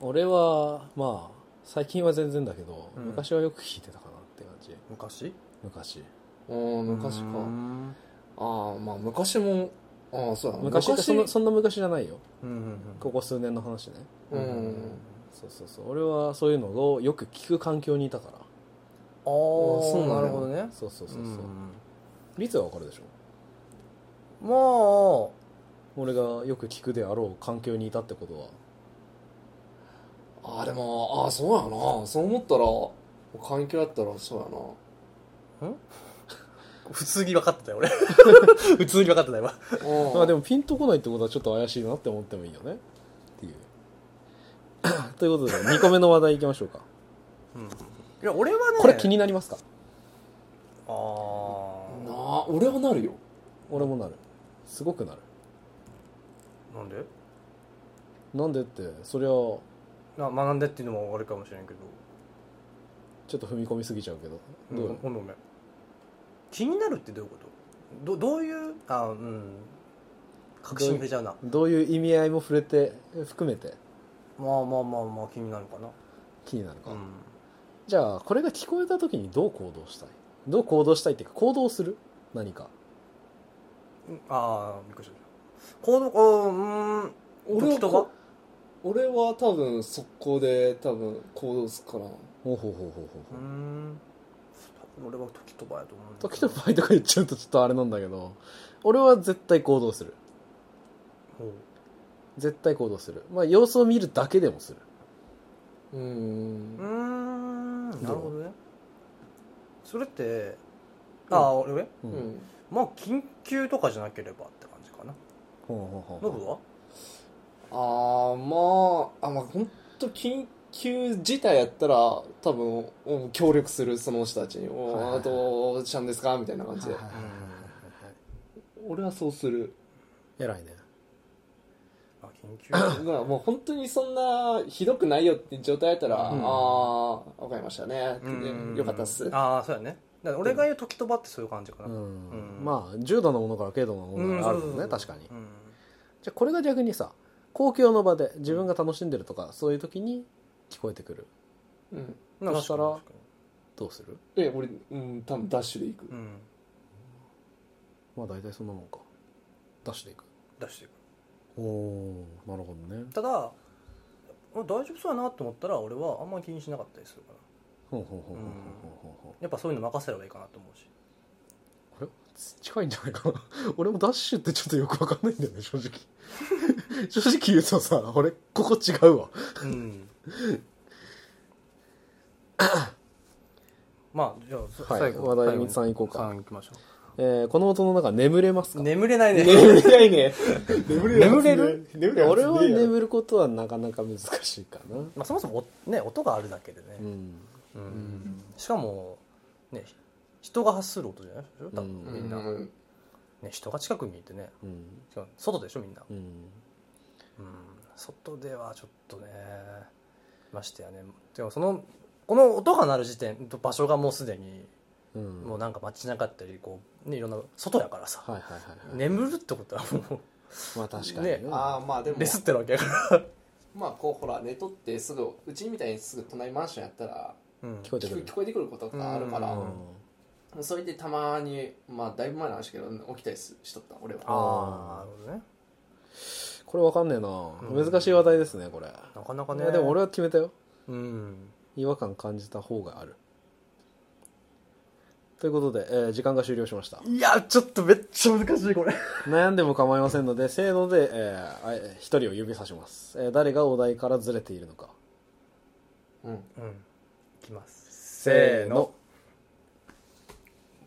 Speaker 3: 俺はまあ最近は全然だけど、
Speaker 5: うん
Speaker 3: 昔はよく聞いてたかなって感じ
Speaker 5: 昔
Speaker 3: 昔
Speaker 2: うん昔か
Speaker 5: うん
Speaker 2: ああまあ昔もああそうだな
Speaker 3: 昔ってそのそんな昔じゃないよ
Speaker 5: うんうん
Speaker 3: ここ数年の話ね
Speaker 2: うん
Speaker 3: そうそうそう俺はそういうのをよく聞く環境にいたから
Speaker 5: ああそ
Speaker 2: そううな
Speaker 5: な
Speaker 2: の
Speaker 5: るほどね
Speaker 3: そうそうそううそう、
Speaker 5: ん
Speaker 3: 率はわかるでしょ
Speaker 5: まあ
Speaker 3: 俺がよく聞くであろう環境にいたってことは
Speaker 2: ああでもああそうやなそう思ったら環境やったらそうやな
Speaker 5: 普通に分かってた よ俺普通に分かってたよ
Speaker 3: まあで
Speaker 2: も
Speaker 3: もピンとこないってことはちょっと怪しいなって思ってもいいよねっていう ということで2個目の話題いきましょうか
Speaker 5: いや俺はね
Speaker 3: これ気になりますか
Speaker 5: あ
Speaker 2: なあ俺はなるよ
Speaker 3: 俺もなるすごくなる
Speaker 5: あなんで
Speaker 3: なんでってそりゃちょ
Speaker 5: な学んでっていうのもあるかもしれんけど
Speaker 3: っと踏み込みすぎちゃうけどどうよ、
Speaker 5: うん、ごめんごめん気になるってどういうことどどういうあうん確信触れちゃうな
Speaker 3: どういう意味合いも触れて含めて
Speaker 5: まあまあまあまあ気になるかな
Speaker 3: 気になるか、
Speaker 5: うん
Speaker 3: じゃあこれが聞こえた時にどう行動したいどう行動したいっていうか行動する何か
Speaker 5: ああびっくりしたこのこううん
Speaker 2: 俺
Speaker 5: 時とば
Speaker 2: は俺は多分速攻で多分行動するから
Speaker 3: ほうほうほうほうほうほ
Speaker 5: う
Speaker 3: うん
Speaker 5: 多分俺は時とばやと思うんだけど
Speaker 3: 時と場合とか言っちゃうとちょっとあれなんだけど俺は絶対行動する
Speaker 5: ほう
Speaker 3: 絶対行動するまあ様子を見るだけでもする
Speaker 2: う
Speaker 5: うー
Speaker 2: ん
Speaker 5: んなるほどねそれって
Speaker 3: うん
Speaker 5: ああ俺上
Speaker 3: う
Speaker 2: うんん
Speaker 5: まあ緊急とかじゃなければって感じかな
Speaker 3: ほうほうほ
Speaker 5: ノ
Speaker 3: う
Speaker 5: ブは
Speaker 2: ああまああまあ本当緊急事態やったら多分うん協力するその人たちに「お
Speaker 3: はいはい
Speaker 2: ー
Speaker 3: はい
Speaker 2: あとおじちゃんですか?」みたいな感じで
Speaker 3: はいはいはいはい
Speaker 2: 俺はそうする
Speaker 3: 偉いね
Speaker 5: あ緊急
Speaker 2: まあもう本当にそんなひどくないよって状態やったら「
Speaker 3: うん
Speaker 2: ああわかりましたね」って
Speaker 5: うん
Speaker 2: よかったっす」
Speaker 5: ああそうやねだから俺が言う時とばってそういう感じかな
Speaker 3: う
Speaker 5: うん
Speaker 3: ん
Speaker 5: うん
Speaker 3: まあ重度のものから軽度のものがある
Speaker 5: そう
Speaker 3: もん
Speaker 5: そうそ
Speaker 3: ね
Speaker 5: う
Speaker 3: 確かに
Speaker 5: うん
Speaker 3: じゃあこれが逆にさ公共の場で自分が楽しんでるとかそういう時に聞こえてくる
Speaker 2: うん
Speaker 5: なんか
Speaker 3: だから
Speaker 5: 確かに
Speaker 3: どうする
Speaker 2: え俺うん多分ダッシュで行く
Speaker 5: うん
Speaker 3: まあ大体そんなもんか出していく
Speaker 5: 出していく
Speaker 3: おおなるほどね
Speaker 5: ただ俺大丈夫そうやなと思ったら俺はあんまり気にしなかったりするから
Speaker 3: ほうほうほうほうほうほうほう
Speaker 5: やっぱそういうの任せればいいかなと思うし
Speaker 3: あれ近いんじゃないかな俺もダッシュってちょっとよくわかんないんだよね正直正直 言うとさ俺ここ違うわ
Speaker 5: うん まあじゃあそ
Speaker 3: はい
Speaker 5: 最後
Speaker 3: 話題
Speaker 5: 最後に
Speaker 3: さん行こうか
Speaker 5: さん行きましょう
Speaker 3: えーこの音の中眠れますか、
Speaker 5: 眠れないね。
Speaker 1: 眠れないね。
Speaker 2: 眠れ
Speaker 3: 眠れる
Speaker 2: 眠れ
Speaker 3: 俺は眠ることはなかなか難しいかな
Speaker 5: まあ、そもそもお、ね、音があるだけでね。
Speaker 3: うん
Speaker 5: うんしかも、ね、人が発する音じゃないでしょ多分
Speaker 3: うん
Speaker 5: みんな、ね、人が近くにいてね
Speaker 3: うん
Speaker 5: しかも外でしょみんな、
Speaker 3: うん
Speaker 5: うん、外ではちょっとねましてやねでもそのこの音が鳴る時点と場所がもうすでに、
Speaker 3: うん
Speaker 5: もう
Speaker 3: はい
Speaker 5: なんか街中だったりこう、ね、いろんな外やからさ、
Speaker 3: はいはい、はい、
Speaker 5: 眠るってことはも
Speaker 3: まあ確かに
Speaker 5: ね
Speaker 3: ね
Speaker 2: ああまあでも
Speaker 5: うレスってるわけやから、
Speaker 2: まあこうほら寝とってすぐうちみたいにすぐ隣マンションやったら
Speaker 5: うん
Speaker 3: 聞こえて
Speaker 2: 聞
Speaker 3: く
Speaker 2: こ
Speaker 3: る
Speaker 2: 聞こえてくることがあるか
Speaker 5: え
Speaker 2: ら
Speaker 5: う
Speaker 2: それでたまにまあだいぶ前の話だけど起きたりししとった俺は
Speaker 5: ああなるほどね
Speaker 3: これわかんねえな、難しい話題ですねこれ、
Speaker 5: なかなか
Speaker 3: い
Speaker 5: ね
Speaker 3: やでも俺は決めたよ
Speaker 5: うん
Speaker 3: 違和感感じた方があるということで、えー時間が終了しました
Speaker 5: いやちょっとめっちゃ難しいこれ
Speaker 3: 悩んでも構いませんのでせーので、えーあえー、1人を指さします、えー誰がお題からずれているのか
Speaker 2: うん
Speaker 5: うんいきます
Speaker 3: せーの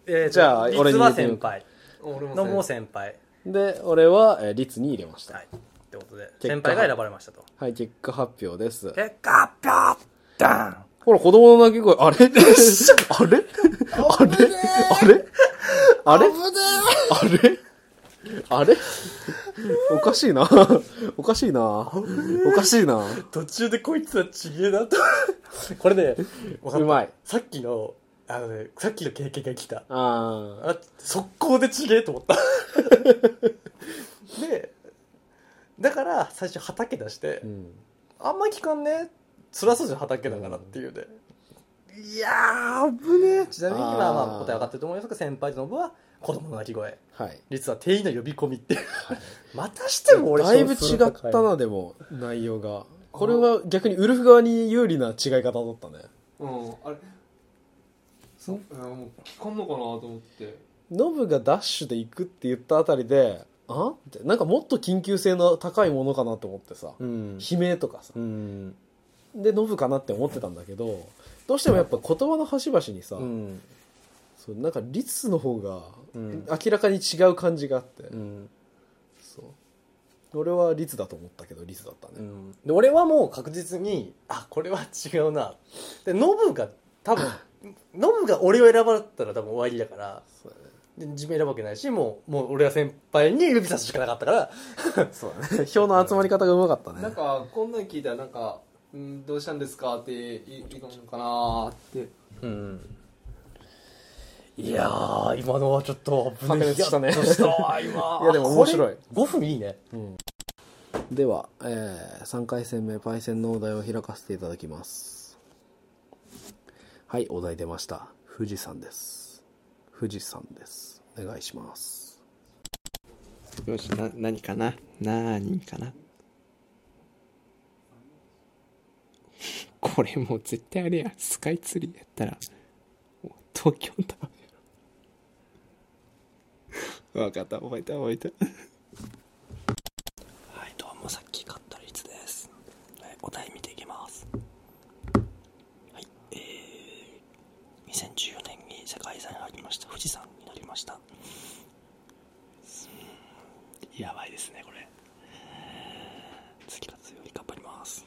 Speaker 5: えー、
Speaker 3: じゃあ
Speaker 5: 実
Speaker 3: 俺に入
Speaker 5: は
Speaker 3: れてみよう
Speaker 5: 先輩
Speaker 2: 俺も
Speaker 5: のもう
Speaker 2: せ
Speaker 5: 先輩
Speaker 3: で俺は、えー、律に入れました
Speaker 5: はいってことで
Speaker 3: 結果
Speaker 5: 先輩が選ばれましたと
Speaker 3: はい結果発表です
Speaker 5: 結果ぴょーダン
Speaker 3: ほら子供の泣き声あれあれあれあれあれあれあれおかしいなおかしいなおかしいな
Speaker 5: 途中でこいつはちげえなとこれねわかった
Speaker 3: うまい
Speaker 5: さっきのあのねさっきの経験が来た
Speaker 3: あー
Speaker 5: あ速攻でちげえと 思ったでだから最初畑出して、
Speaker 3: うん
Speaker 5: あんま聞かんね辛そうじゃん畑だからっていうで、いやー危ねえちなみに今
Speaker 3: あー
Speaker 5: まあ答え上がってると思いますが先輩の部は子供の泣き声
Speaker 3: はい
Speaker 5: 率は店員の呼び込みっていうまたしても俺
Speaker 3: だいぶ違
Speaker 5: 少数
Speaker 3: っ
Speaker 5: 派
Speaker 3: たなでも内容がこれは逆にウルフ側に有利な違い方だったね
Speaker 2: うんあれそうんもう聞かんのかなと思って
Speaker 3: ノブがダッシュで行くって言ったあたりであってなんかもっと緊急性の高いものかなと思ってさ、
Speaker 1: うん。
Speaker 3: 悲鳴とかさ
Speaker 1: うん。
Speaker 3: でノブかなって思ってたんだけどどうしてもやっぱ言葉の端々にさ、
Speaker 1: うん。
Speaker 3: そうなんかリツの方が
Speaker 1: うん
Speaker 3: 明らかに違う感じがあって、
Speaker 1: うん。
Speaker 3: そう俺はリツだと思ったけどリツだったね、
Speaker 5: うんで俺はもう確実にあこれは違うなでノブが多分ノブが俺を選ばれたら多分終わりだから
Speaker 3: そうだね
Speaker 5: で自分選ぶわけないしもうもう俺は先輩に指さすしかなかったから
Speaker 3: そうだね票の集まり方がうまかったね
Speaker 2: なんかこんなん聞いたらなんか「うんどうしたんですか?」っていいいのかなって
Speaker 1: うん。
Speaker 5: いやー今のはちょっと危
Speaker 3: 白
Speaker 5: ねえ
Speaker 3: 熱したね
Speaker 5: ヒヤッとしたわ今
Speaker 3: いやでも面白い
Speaker 5: 5分いいね
Speaker 3: では、えー、3回戦目パイセンのお題を開かせていただきますはいお題出ました富士山です富士山ですお願いします
Speaker 6: よし、な、何かななーにか なこれもう絶対あれや、スカイツリーやったら、もう東京タワーやろ。わかった、覚えた、覚えた。
Speaker 4: はいどうもさっき買ったリツです、はい、お題見ていきますはいえー、2014年に世界遺産に入りました富士山になりましたうんやばいですねこれ次から強い頑張ります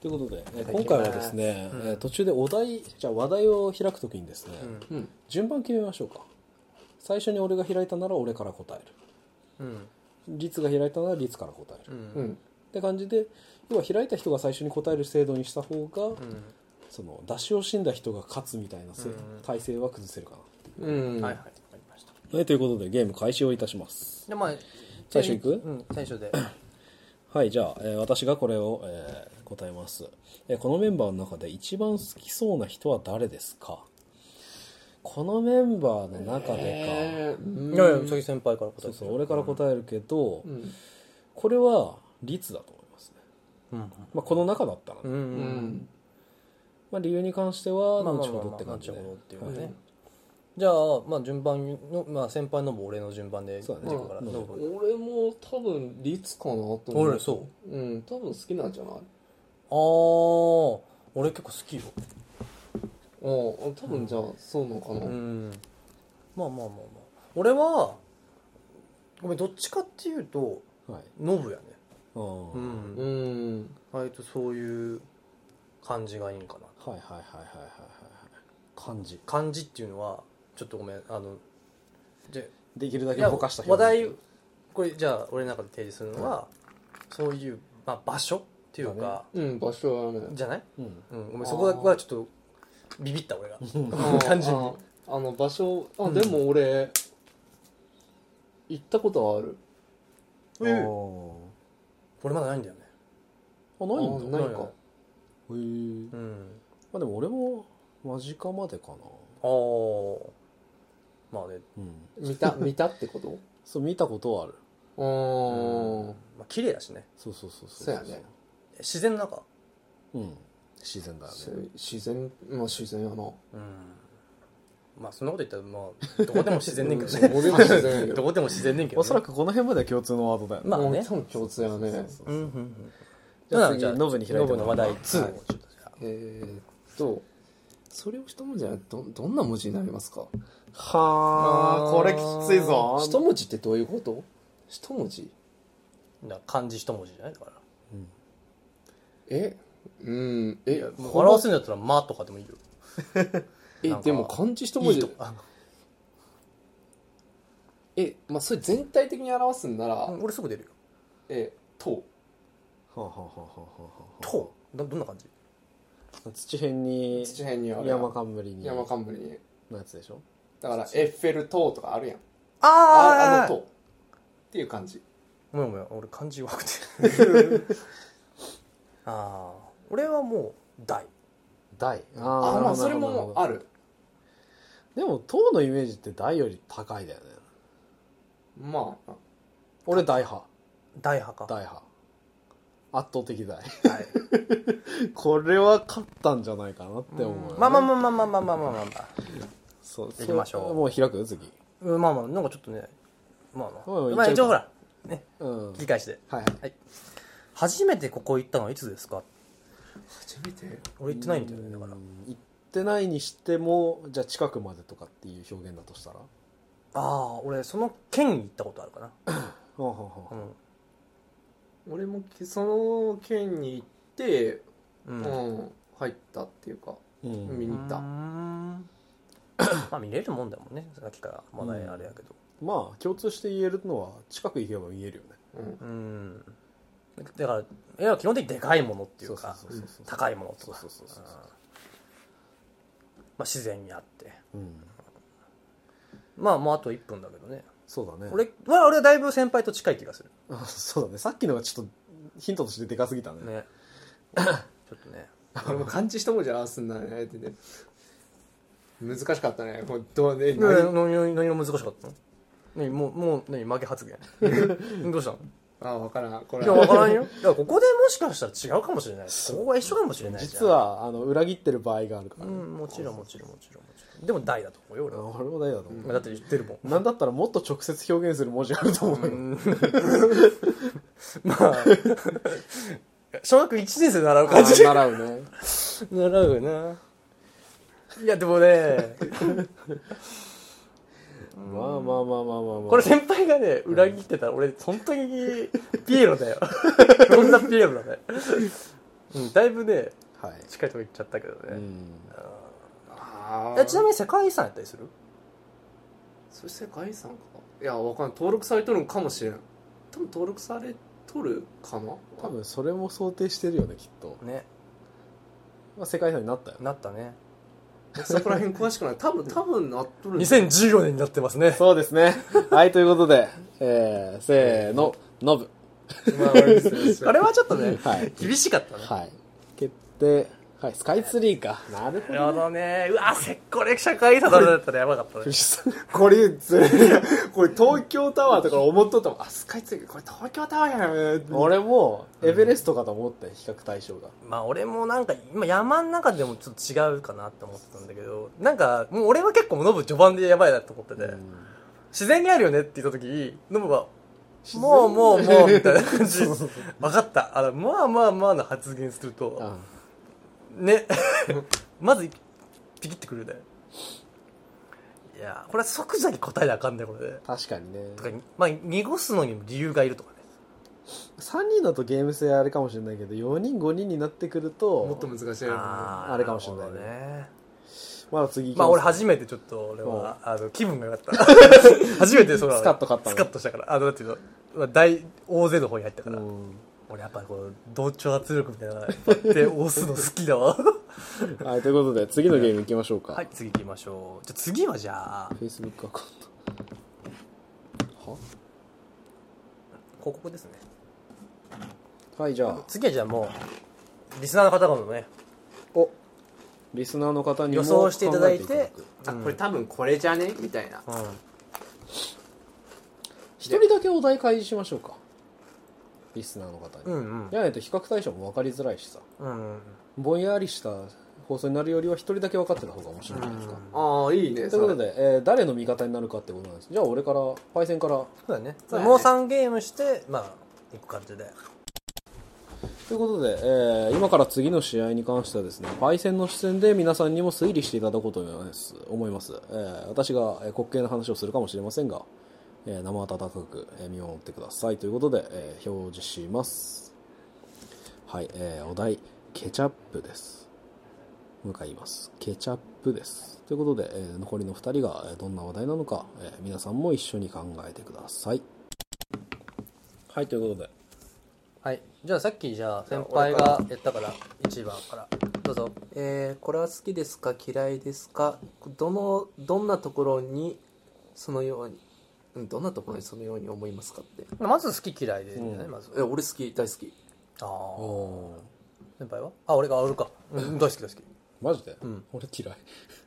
Speaker 3: ということで、えー今回はですね、えー途中でお題じゃあ話題を開くときにですね、
Speaker 2: うん
Speaker 3: 順番決めましょうか最初に俺が開いたなら俺から答える
Speaker 5: うん
Speaker 3: 律が開いたなら律から答え
Speaker 5: う
Speaker 3: る、っ
Speaker 5: ん
Speaker 2: うん
Speaker 3: て感じで要は開いた人が最初に答える制度にした方が、その出し惜しんだ人が勝つみたいなせ、体制は崩せるかな
Speaker 2: うん
Speaker 5: はいはいわかりました
Speaker 3: はい、ということでゲーム開始をいたします。
Speaker 5: でまあ
Speaker 3: 最初行く
Speaker 5: うん最初で
Speaker 3: はい、じゃあ、えー私がこれを、えー答えます、えーこのメンバーの中で一番好きそうな人は誰ですかこのメンバーの中でか、
Speaker 5: いやいや先先輩から答え
Speaker 3: そう
Speaker 5: て
Speaker 3: そう、俺から答えるけど、これは率だと思いますね。まあ、この中だったらね、
Speaker 5: うんうん
Speaker 2: うん
Speaker 3: まあ、理由に関しては、
Speaker 5: まあま
Speaker 3: 後
Speaker 5: あまあ
Speaker 3: ほど
Speaker 5: ま
Speaker 3: っ
Speaker 5: あ
Speaker 3: て感じで
Speaker 5: 後。ほどっていうかね、
Speaker 3: はい
Speaker 5: じゃあまあ順番の、まあ、先輩のも俺の順番で
Speaker 3: そうだね
Speaker 5: 自分から
Speaker 3: うん
Speaker 5: どうぞ
Speaker 2: 俺も多分律かなと思
Speaker 5: 俺
Speaker 2: う
Speaker 5: そう
Speaker 2: うん多分好きなんじゃない
Speaker 5: あー俺結構好きよ
Speaker 2: うん多分じゃあそうなのかな
Speaker 5: うんまあまあまあまあ俺はごめんどっちかっていうと
Speaker 3: はい
Speaker 5: ノブやね
Speaker 3: あー
Speaker 5: う
Speaker 3: はい
Speaker 5: ん
Speaker 2: うん
Speaker 5: 割とそういう感じがいいんかな
Speaker 3: はいはいはいはいはいはい漢字
Speaker 5: 感じっていうのはちょっとごめんあので
Speaker 3: できるだ
Speaker 5: い
Speaker 3: け
Speaker 5: や
Speaker 3: ぼかした
Speaker 5: 話題
Speaker 3: 表現
Speaker 5: これじゃあ俺の中で提示するのは、そういう、まあ、場所っていうか、
Speaker 2: うん場所はね
Speaker 5: じゃない、
Speaker 3: うん
Speaker 5: うん、ごめんそこはちょっとビビった俺 が
Speaker 2: 単純にあの場所あでも俺行ったことはある
Speaker 3: あー
Speaker 5: 俺まだないんだよね
Speaker 3: あないんだ
Speaker 2: あな
Speaker 3: へ
Speaker 2: い
Speaker 5: ない
Speaker 2: か
Speaker 3: え
Speaker 5: うん
Speaker 3: まあでも俺も間近までかな
Speaker 5: ああまあね、
Speaker 3: うん
Speaker 2: 見た 見たってこと
Speaker 3: そう見たことはある
Speaker 2: うん
Speaker 5: まあ綺麗だしね
Speaker 3: そうそうそうそ
Speaker 2: そうやね
Speaker 5: 自然の中
Speaker 3: うん自然だよね
Speaker 2: 自然まあ自然やな
Speaker 5: うんまあそんなこと言ったらまあどこでも自然ねんけど
Speaker 2: うん俺も自然や
Speaker 5: ね
Speaker 2: けど
Speaker 5: どこでも自然ねんけど、
Speaker 3: お
Speaker 5: ね、
Speaker 3: そらくこの辺までは共通のワードだよね
Speaker 5: まあね
Speaker 2: もう多分共通やね
Speaker 3: そう
Speaker 5: うん
Speaker 3: そううん
Speaker 5: うん
Speaker 3: じゃあ次ノブに開いて
Speaker 5: ノブの話題2、
Speaker 2: はいえーっとそれを一文字はどどんな文字になりますか
Speaker 3: はあこれきついぞ
Speaker 2: 一文字ってどういうこと一文字
Speaker 5: だから漢字一文字じゃないだから
Speaker 2: えうんえ
Speaker 5: もう
Speaker 2: この
Speaker 5: 表せんだったら「ま」とかでもいいよ
Speaker 2: え
Speaker 5: なんか
Speaker 2: でも漢字一文字
Speaker 5: いいとあ
Speaker 2: えまあそれ全体的に表すんなら、
Speaker 5: うん俺すぐ出るよ
Speaker 2: えと
Speaker 3: はあはあはあはあは
Speaker 5: 「と」などんな感じ
Speaker 3: あ土辺に
Speaker 2: 土辺にあるやん
Speaker 3: 山冠に
Speaker 2: 山冠に
Speaker 3: のやつでしょ
Speaker 2: だからエッフェル塔とかあるやんあ
Speaker 5: あ
Speaker 2: あの塔っていう感じ
Speaker 5: ごめんごめん俺漢字弱くてああ俺はもう「大
Speaker 3: 大あ
Speaker 2: あ
Speaker 3: ー
Speaker 2: あまあ
Speaker 3: な
Speaker 2: そ
Speaker 3: る
Speaker 2: れ
Speaker 3: ほどなる
Speaker 2: も
Speaker 3: ほど
Speaker 2: ある
Speaker 3: でも塔のイメージって大より高いだよね
Speaker 2: まあ
Speaker 3: 俺大派」
Speaker 5: 大派か
Speaker 3: 大派圧倒的大
Speaker 5: 大
Speaker 3: これは勝ったんじゃないかなって思うよね、
Speaker 5: まあまあまあまあまあまあまあまあまあまあ
Speaker 3: そう
Speaker 5: 行きましょう
Speaker 3: そもう開く次
Speaker 5: うんまあまあなんかちょっとねまあま
Speaker 3: おいお
Speaker 5: あ
Speaker 3: い
Speaker 5: まあ
Speaker 3: 行っ
Speaker 5: 一
Speaker 3: ちゃう
Speaker 5: 応ほら
Speaker 3: か
Speaker 5: ね
Speaker 3: うん
Speaker 5: 理解して
Speaker 3: はい
Speaker 5: 初めてここ行ったのはいつですか
Speaker 2: 初めて
Speaker 5: 俺行ってないんだよねだから
Speaker 3: うん行ってないにしてもじゃあ近くまでとかっていう表現だとしたら
Speaker 5: ああ俺その県に行ったことあるかな
Speaker 3: ほうほうほう
Speaker 5: うん
Speaker 2: 俺もその県に行って
Speaker 5: うん
Speaker 2: うん入ったっていうか
Speaker 3: うん
Speaker 2: 見に行っ
Speaker 5: うー
Speaker 2: た
Speaker 5: んまあ見れるもんだもんねさっきからまだあれやけど
Speaker 3: まあ共通して言えるのは近く行けば見えるよね
Speaker 2: うん
Speaker 5: うんだからいや基本的にでかいものっていうか
Speaker 3: そうそうそうそう
Speaker 5: 高いものと
Speaker 3: そう
Speaker 5: か
Speaker 3: そうそうそう
Speaker 5: うんまあ自然にあって
Speaker 3: うん
Speaker 5: まあもうあと1分だけどね
Speaker 3: そうだね
Speaker 5: 俺は俺はだいぶ先輩と近い気がする
Speaker 3: あそうだねさっきのがちょっとヒントとしてでかす ぎたね
Speaker 5: ね ちょっとね
Speaker 2: 俺も漢字一文字表すんだねってね難しかったねこれどうね
Speaker 5: 何何何が難しかったの何もうもう何負け発 言どうしたの
Speaker 2: ああ分からんこれ
Speaker 5: いや分からんよだからここでもしかしたら違うかもしれないここが一緒かもしれないじゃん
Speaker 3: 実はあの裏切ってる場合があるか
Speaker 5: う
Speaker 3: らね、
Speaker 5: んもちろんもちろんもちろんもちろんでも大だと思うよ俺
Speaker 3: あ
Speaker 5: は
Speaker 3: 俺も大だと思う、
Speaker 5: だって言ってるもん
Speaker 3: なんだったらもっと直接表現する文字あると思うよ、
Speaker 5: まあ小学1年生で習う
Speaker 3: あ
Speaker 5: 感じ
Speaker 3: ー習うね
Speaker 5: 習うよ ないやでもね
Speaker 3: まあまあまあまあまあ、まあ、
Speaker 5: これ先輩がね裏切ってたら俺本当にピエロだ よどんなピエロだね、うん、だいぶね
Speaker 3: はい、
Speaker 5: 近いとこ行っちゃったけどね、
Speaker 3: うん、
Speaker 2: あ
Speaker 5: えちなみに世界遺産やったりする
Speaker 2: そして外遺産かいや分からん登録されとるんかもしれん多分登録されとるかな
Speaker 3: 多分それも想定してるよねきっと、
Speaker 5: ね
Speaker 3: まあ、世界遺産になったよ
Speaker 5: なったね
Speaker 2: そこら辺詳しく ない多分多分なっとるん
Speaker 5: 2014年になってます ね
Speaker 3: そうですねはいということで、 えー、せーのノブ
Speaker 2: まあ悪いですね
Speaker 5: あれはちょっとね
Speaker 3: はい
Speaker 5: 厳しかったね
Speaker 3: はい決定はいスカイツリーかなるほ
Speaker 5: なるほ
Speaker 3: どね
Speaker 5: どねうわせこれ社会遺産だったらやばかったね
Speaker 3: 藤井さん
Speaker 2: これずるい これ東京タワーとか思っとったもんあスカイツリーこれ東京タワーやね
Speaker 3: 俺もエベレストかと思ったよ比較対象が
Speaker 5: まあ俺もなんか今山の中でもちょっと違うかなって思ってたんだけどなんかもう俺は結構ノブ序盤でやばいなと思ってて、自然にあるよねって言った時にノブは「もうもうもう」みたいな感じ分かったあのまあまあまあの発言すると
Speaker 3: あ
Speaker 5: ねまずピキってくるよねいやこれは即座に答えなあかんねこれで
Speaker 3: 確かにね
Speaker 5: とかまあ濁すのにも理由がいるとかね
Speaker 3: 3人だとゲーム性あれかもしれないけど4人5人になってくる
Speaker 2: もっ
Speaker 3: と
Speaker 2: と難しいよね
Speaker 5: あー
Speaker 3: あれかもしれないね
Speaker 5: るほどね
Speaker 3: まだ次行き
Speaker 5: まあ
Speaker 3: す
Speaker 5: 俺
Speaker 3: か
Speaker 5: 初めてちょっと俺は、あの、気分が良かった。 初めてその、
Speaker 3: スカッと勝ったの
Speaker 5: スカッとしたから。あの、だっていうの、大、大勢の方に入ったから。
Speaker 3: うん
Speaker 5: 俺やっぱこう、同調圧力みたいなのやって押すの好きだわ。
Speaker 3: はい、ということで、次のゲーム行きましょうか。
Speaker 5: はい、次行きましょう。じゃあ次はじゃあ、
Speaker 3: Facebook アカウン
Speaker 5: 広告ですね。
Speaker 3: ト。はい、じゃあ、
Speaker 5: 次はじゃあもう、リスナーの方からもね、
Speaker 3: おリスナーの方にも
Speaker 5: 予想していただい
Speaker 3: 考え
Speaker 5: て
Speaker 3: く、
Speaker 2: あこれ多分これじゃねみたいな
Speaker 5: うん。
Speaker 3: 一人だけお題開示しましょうか。リスナーの方に。
Speaker 5: うんうん。
Speaker 3: じゃないと比較対象も分かりづらいしさ。
Speaker 5: うんうん。
Speaker 3: ぼんやりした放送になるよりは一人だけ分かってた方が面白いじゃないですか。
Speaker 2: ああいいね
Speaker 3: というこ
Speaker 2: そ
Speaker 3: と
Speaker 2: れ
Speaker 3: で、えー誰の味方になるかってことなんです。じゃあ俺から、パイセンから。
Speaker 5: そうだね。
Speaker 2: そうだね
Speaker 5: もう3ゲームして、まあ、行く感じで。
Speaker 3: ということで、えー今から次の試合に関してはですね、パイセンの視線で皆さんにも推理していただこうと思います。思いますえー私がえー滑稽な話をするかもしれませんが、えー生温かく、えー見守ってくださいということで、えー表示します。はい、えーお題、ケチャップです。向かいます。ケチャップです。ということで、えー残りの2人がえーどんな話題なのか、えー皆さんも一緒に考えてください。はい、ということで、
Speaker 5: はい。じゃあさっきじゃあ先輩がやったから、1番から。どうぞ。
Speaker 4: えーこれは好きですか嫌いですかどのどんなところにそのようにうんどんなところにそのように思いますかって
Speaker 5: まず好き嫌いでいいんじゃない、まず。
Speaker 4: え俺好き大好き
Speaker 5: ああ。
Speaker 3: おー
Speaker 5: 先輩はあ、俺が、あ俺か。うん、大好き 大好き。
Speaker 3: マジで、俺嫌い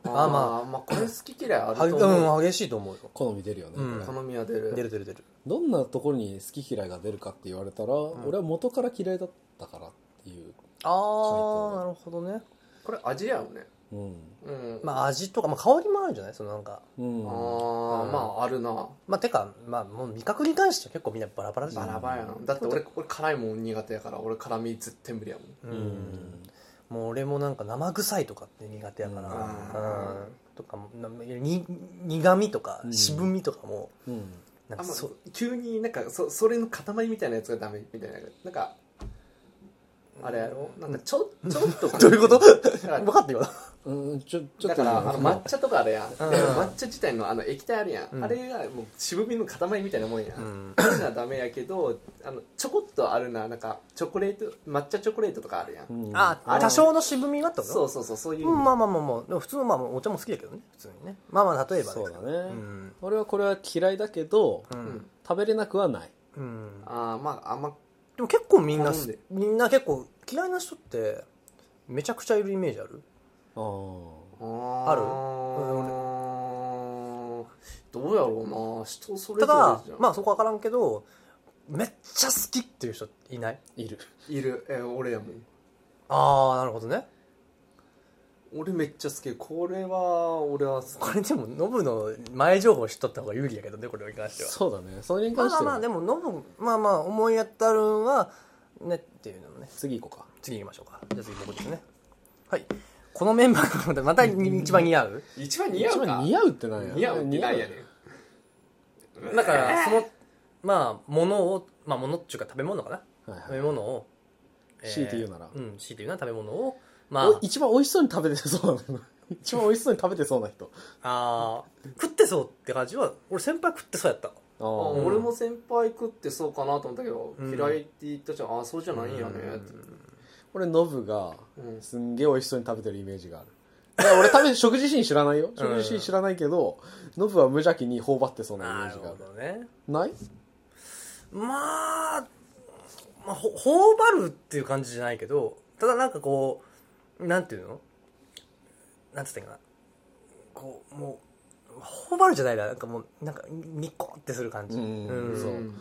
Speaker 2: あ
Speaker 5: あま
Speaker 2: まあまあこれ好き嫌いある
Speaker 5: は
Speaker 2: と思う
Speaker 5: うん、激しいと思うよ。
Speaker 3: 好み出るよね、
Speaker 5: うん
Speaker 3: これ
Speaker 2: 好みは出る
Speaker 5: 出る出る出る。
Speaker 3: どんなところに好き嫌いが出るかって言われたら、俺は元から嫌いだったからっていう、
Speaker 5: ああ、なるほどね。
Speaker 2: これ味やよね
Speaker 3: うん
Speaker 2: うん
Speaker 5: まあ味とか、まあ香りもあるんじゃないそのなんか。
Speaker 3: うん
Speaker 2: あーまああるな
Speaker 5: まあてか、まあもう味覚に関しては結構みんなバラバラじゃ
Speaker 2: バ
Speaker 5: ない
Speaker 2: ラバラやなだって俺俺辛いもん苦手やから俺辛み絶対無理やもん
Speaker 5: うん。もう俺もなんか生臭いとかって苦手やか
Speaker 2: う
Speaker 5: ら。
Speaker 2: ん
Speaker 5: うん。とかも、なに苦味とか
Speaker 3: うん
Speaker 5: 渋みとかも、
Speaker 3: うん
Speaker 5: なん
Speaker 2: あ
Speaker 5: か
Speaker 2: んま
Speaker 5: そ、
Speaker 2: 急になんかそそれの塊みたいなやつがダメみたいななんかあれやろなんかちょちょっ と
Speaker 5: どういうこと
Speaker 2: だから
Speaker 5: 分かったよ。
Speaker 3: うんちょちょ
Speaker 2: だ
Speaker 3: っと
Speaker 2: からあの抹
Speaker 3: ま
Speaker 2: 茶とかあれやんで
Speaker 5: ん
Speaker 2: 抹茶自体のあの液体あるやん、
Speaker 5: ん
Speaker 2: あれがもう渋みの塊みたいなもんや、
Speaker 5: ん
Speaker 2: そういうのはダメやけどあのちょこっとあるななんかチョコレート抹茶チョコレートとかあるやん、
Speaker 3: うん
Speaker 5: あ、
Speaker 2: あれ
Speaker 5: 多少の渋みがあったの
Speaker 2: そうそうそうそういう、
Speaker 5: うんまあまあまあまあでも普通のまあお茶も好きだけどね普通にねまあまあ例えばね
Speaker 3: そうだね、
Speaker 5: ん
Speaker 3: 俺はこれは嫌いだけど、
Speaker 5: う
Speaker 2: うん
Speaker 5: ん、
Speaker 3: 食べれなくはない
Speaker 5: うん、
Speaker 2: ああまあ甘
Speaker 5: でも結構みんな
Speaker 2: 好んで
Speaker 5: みんな結構嫌いな人ってめちゃくちゃいるイメージある
Speaker 3: あ
Speaker 2: あ
Speaker 5: る
Speaker 2: ーどうやろうな人それぞれ
Speaker 5: ただ
Speaker 2: じゃん、
Speaker 5: まあそこわからんけどめっちゃ好きっていう人いない
Speaker 3: ーいる
Speaker 2: いるえ俺やもん
Speaker 5: ああなるほどね
Speaker 2: 俺めっちゃ好きこれは俺は好き
Speaker 5: これでもノブの前情報知っとった方が有利やけどねこれに関しては
Speaker 3: そうだねそれに
Speaker 5: まあ
Speaker 3: 関し
Speaker 5: まあ
Speaker 3: て
Speaker 5: ま
Speaker 3: は
Speaker 5: あでもノブまあまあ思い当たるんはねっていうのもね
Speaker 3: 次行こうか
Speaker 5: 次行きましょうかじゃあ次僕ですねはいこのメンバーの中でまた一番似合う
Speaker 2: 一番似合う
Speaker 3: 一番
Speaker 2: か
Speaker 3: 似合うってなんや
Speaker 2: 似合うってないやね
Speaker 5: だからそのまあ物をまあ物っていうか食べ物かな
Speaker 3: はい
Speaker 5: 食
Speaker 3: は
Speaker 5: べ
Speaker 3: い
Speaker 5: 物を、
Speaker 3: 強いて言うなら
Speaker 5: うん強いて言うなら食べ物をま
Speaker 3: お一番美味しそうに食べてそうなの 一番美味しそうに食べてそうな人
Speaker 5: ああー食ってそうって感じは俺先輩食ってそうやった
Speaker 3: あ
Speaker 2: あ
Speaker 3: ー
Speaker 2: 俺も先輩食ってそうかなと思ったけど、
Speaker 5: うん
Speaker 2: 嫌いって言ったじゃんあそうじゃないんやねって
Speaker 3: 俺ノブが
Speaker 2: うん
Speaker 3: すんげえ美味しそうに食べてるイメージがあるいや俺食べ食事シーン知らないよ
Speaker 5: うん
Speaker 3: 食事シーン知らないけどノブは無邪気に頬張ってそうなイメ
Speaker 5: な
Speaker 3: ー
Speaker 5: る
Speaker 3: ジがあ
Speaker 5: ほ
Speaker 3: る
Speaker 5: どね
Speaker 3: ない
Speaker 5: まあ、まあ、ほ頬張るっていう感じじゃないけどただなんかこうなんていうのなんつったんかなこうもう頬張るじゃないななんかもうなんかニコってする感じ、
Speaker 3: うん
Speaker 2: う
Speaker 3: そうん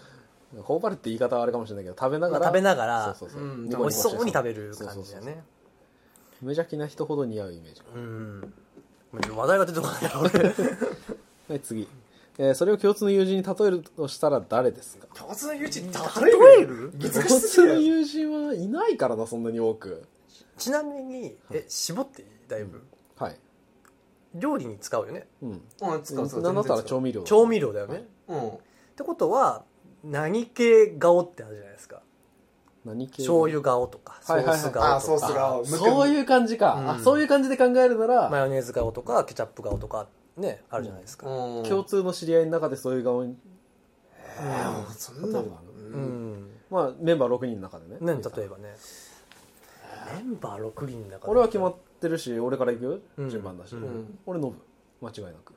Speaker 3: 頬張るって言い方はあれかもしれないけど食べなが
Speaker 5: まあ
Speaker 3: ら
Speaker 5: 食べながら
Speaker 3: そうそうそう
Speaker 2: うん
Speaker 3: ニコニ
Speaker 5: 美
Speaker 3: コ
Speaker 5: 味しそうに食
Speaker 3: て
Speaker 5: べる感じだ
Speaker 3: そうそうそ
Speaker 5: よ
Speaker 3: う
Speaker 5: ね
Speaker 3: 無邪気な人ほど似合うイメージ
Speaker 5: うん 話題が出てこないな俺
Speaker 3: はい次えーそれを共通の友人に例えるとしたら誰ですか
Speaker 2: 共通の友人例
Speaker 5: 例える
Speaker 2: 難
Speaker 3: 共
Speaker 2: しす
Speaker 3: 通
Speaker 2: ぎる
Speaker 3: の
Speaker 2: や
Speaker 3: 友人はいないからなそんなに多く
Speaker 5: ちなみにえ絞っていいだいぶ、
Speaker 3: はい
Speaker 5: 料理に使うよね
Speaker 3: うん
Speaker 2: うん使う使う
Speaker 3: なんだったら
Speaker 2: 全然使
Speaker 3: 調
Speaker 2: う
Speaker 3: 味料
Speaker 5: 調味料だよね、
Speaker 3: はい
Speaker 2: うん
Speaker 5: ってことは何系顔ってあるじゃないですか
Speaker 3: 何系
Speaker 5: 醤油顔とかソ
Speaker 3: はいはいはい
Speaker 5: ース顔とか、
Speaker 2: あソースが
Speaker 3: そういう感じか、
Speaker 5: うん
Speaker 3: あそういう感じで考えるなら、
Speaker 5: マヨネーズ顔とかケチャップ顔とかねあるじゃないですか、
Speaker 2: うん
Speaker 3: 共通の知り合いの中でそういう顔に
Speaker 2: うんそんな
Speaker 3: 例えば
Speaker 5: うん
Speaker 3: まあメンバー6人の中でね
Speaker 5: ね、例えばねメンバー6人だから
Speaker 3: 俺は決まってるし俺から行くよ、
Speaker 5: うん
Speaker 3: 順番だし、
Speaker 5: う
Speaker 2: うん
Speaker 3: 俺ノブ間違いなく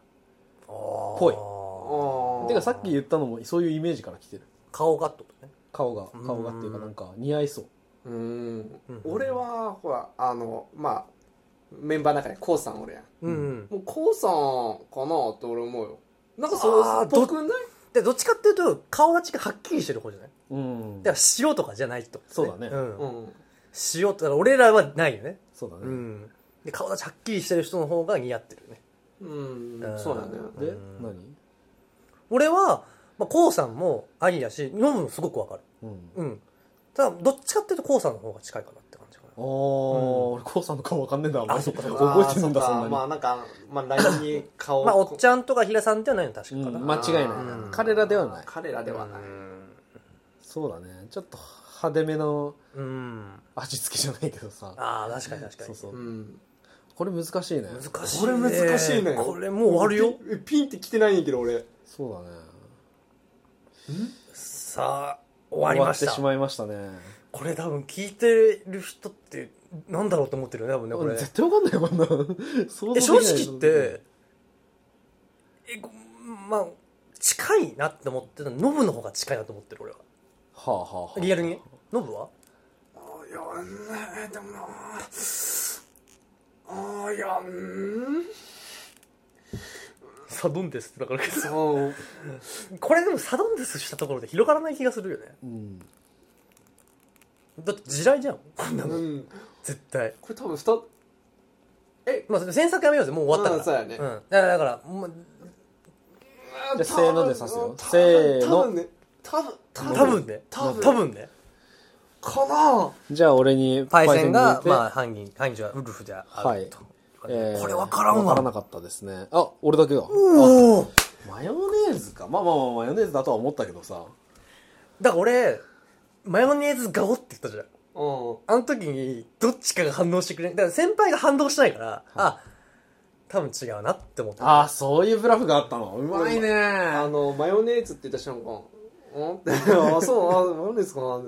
Speaker 3: ぽ
Speaker 5: ぽ
Speaker 3: い
Speaker 2: あー
Speaker 3: てかさっき言ったのもそういうイメージから来てる
Speaker 5: 顔がってことね
Speaker 3: 顔が顔がっていうかなんか似合いそう
Speaker 2: うん
Speaker 5: うん
Speaker 2: 俺はほらあのまあメンバーの中でコウさんおるやん
Speaker 5: うん、
Speaker 2: もうコウさんかなって俺思うよなんかそう
Speaker 5: あー
Speaker 2: っぽくない
Speaker 5: でどっちかっていうと顔立ちがはっきりしてる方じゃない
Speaker 3: うん
Speaker 5: だから塩とかじゃないってこと
Speaker 3: そうだね
Speaker 5: ん
Speaker 2: うん
Speaker 5: 塩とだから俺らはないよね
Speaker 3: そうだね、
Speaker 5: うんで顔立ちはっきりしてる人の方が似合ってるよね
Speaker 2: う
Speaker 5: うん
Speaker 2: んそうだね
Speaker 3: で、
Speaker 5: うん
Speaker 3: 何
Speaker 5: 俺は、まあ、こうさんもありだし飲むのすごくわかる
Speaker 3: うん
Speaker 5: うんただどっちかっていうとこうさんの方が近いかなって感じか
Speaker 3: あー、俺コウさんの顔わかんねえんだあんまり
Speaker 5: あそっかそっ
Speaker 3: 覚えてるんだ
Speaker 2: あーっ
Speaker 3: そん
Speaker 2: か
Speaker 3: なに、
Speaker 2: まあなんかまあ LINE に
Speaker 5: な
Speaker 2: 顔
Speaker 5: まあおっちゃんとか平さんではないの確か
Speaker 3: うん
Speaker 5: かな、
Speaker 3: 間違いない、
Speaker 5: うん
Speaker 3: 彼らではない
Speaker 2: 彼らではない
Speaker 3: そうだねちょっと派手めの
Speaker 5: うん
Speaker 3: 味付けじゃないけどさ
Speaker 5: ああ確かに確かに
Speaker 3: そうそ
Speaker 2: う
Speaker 3: う、
Speaker 2: ん
Speaker 3: これ難しいね
Speaker 5: 難しい
Speaker 2: これ難しいね
Speaker 5: これもう終わるよ
Speaker 2: ピンピンって来てないんやけど俺
Speaker 3: そうだね
Speaker 5: さあ終わりまし
Speaker 3: 終わ
Speaker 5: た
Speaker 3: ってしまいましたね
Speaker 5: これ多分聞いてる人ってなんだろうと思ってるよね多分ねこれ
Speaker 3: 絶対わかんないよこんなの想像
Speaker 5: え
Speaker 3: できない
Speaker 5: 正直言ってえごまあ近いなって思ってたのノブの方が近いなと思ってる俺は
Speaker 3: はあはあはあ
Speaker 5: リアルにノブはい
Speaker 2: やねでもなあーいやうん
Speaker 5: サドンデスってだから
Speaker 2: そう
Speaker 5: これでもサドンデスしたところで広がらない気がするよね
Speaker 3: うん
Speaker 5: だって地雷じゃんこんなの
Speaker 2: うん
Speaker 5: 絶対
Speaker 2: これ多分二つ
Speaker 5: まあ詮索やめようぜもう終わ
Speaker 2: う
Speaker 5: ったから
Speaker 2: んそうやね
Speaker 5: んだからだからもう
Speaker 2: あ
Speaker 3: じゃあせーので刺すよ
Speaker 2: 多分
Speaker 3: せーの
Speaker 2: 多分ね多分多分
Speaker 5: 多分ね
Speaker 2: 多分
Speaker 5: 多分ね
Speaker 2: かな
Speaker 3: じゃあ俺に
Speaker 5: パイセン
Speaker 3: パイ
Speaker 5: が
Speaker 3: セン
Speaker 5: ま
Speaker 3: 抜
Speaker 5: あ
Speaker 3: いて
Speaker 5: 犯人犯人はウルフじゃあ
Speaker 3: はい
Speaker 5: ると
Speaker 3: えー
Speaker 5: これ分からん
Speaker 3: わから
Speaker 5: わ
Speaker 3: なかったですねあ俺だけだ
Speaker 5: おお
Speaker 3: マヨネーズかまあまあまあマヨネーズだとは思ったけどさ
Speaker 5: だから俺マヨネーズ顔って言ったじゃ
Speaker 2: う
Speaker 5: ん
Speaker 2: ん
Speaker 5: あの時にどっちかが反応してくれないだから先輩が反応しないから、あ多分違うなって思った
Speaker 3: ああそういうブラフがあったのうまいね
Speaker 2: あのマヨネーズって言った瞬間うんって あそうあマヨネーズかな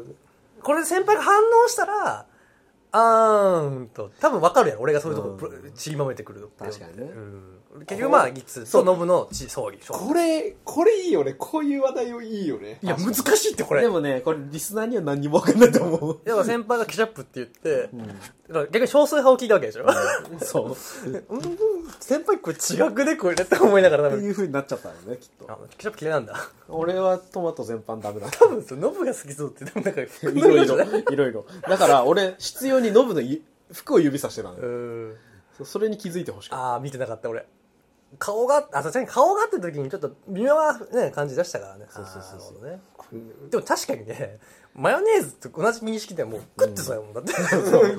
Speaker 5: これ先輩が反応したらあーんと多分分かるやろ俺がそういうとこプロちりばめてくるのって
Speaker 3: 確かにね
Speaker 5: うん、結局まあギッツとノブのち葬儀葬儀
Speaker 2: これこれいいよねこういう話題をいいよね
Speaker 5: いや難しいってこれ
Speaker 3: でもねこれリスナーには何にも分かんないと思う
Speaker 5: だから先輩がケチャップって言って、だから逆に少数派を聞いたわけでしょ
Speaker 3: そう
Speaker 5: 先輩これ違くねこれって思いながら多
Speaker 3: ってい
Speaker 5: 分
Speaker 3: う風になっちゃったのねきっと
Speaker 5: あケチャップ嫌いなんだ
Speaker 3: 俺はトマト全般ダメだ
Speaker 5: 多分そのノブが好きそうってでもなんか服
Speaker 3: い
Speaker 5: の
Speaker 3: ろ
Speaker 5: 色
Speaker 3: い
Speaker 5: じゃ
Speaker 3: ろ
Speaker 5: ない
Speaker 3: いろいろだから俺必要にノブのい服を指さしてたのよ
Speaker 5: うん
Speaker 3: そうそれに気づいてほしかっ
Speaker 5: ああ見てなかった俺顔があ確かに顔があって時にちょっと微妙な、ね、感じ出したからねそうそうそうそう、ね、でも確かにねマヨネーズと同じ認識でもう食って そうやもんだって、
Speaker 2: そうい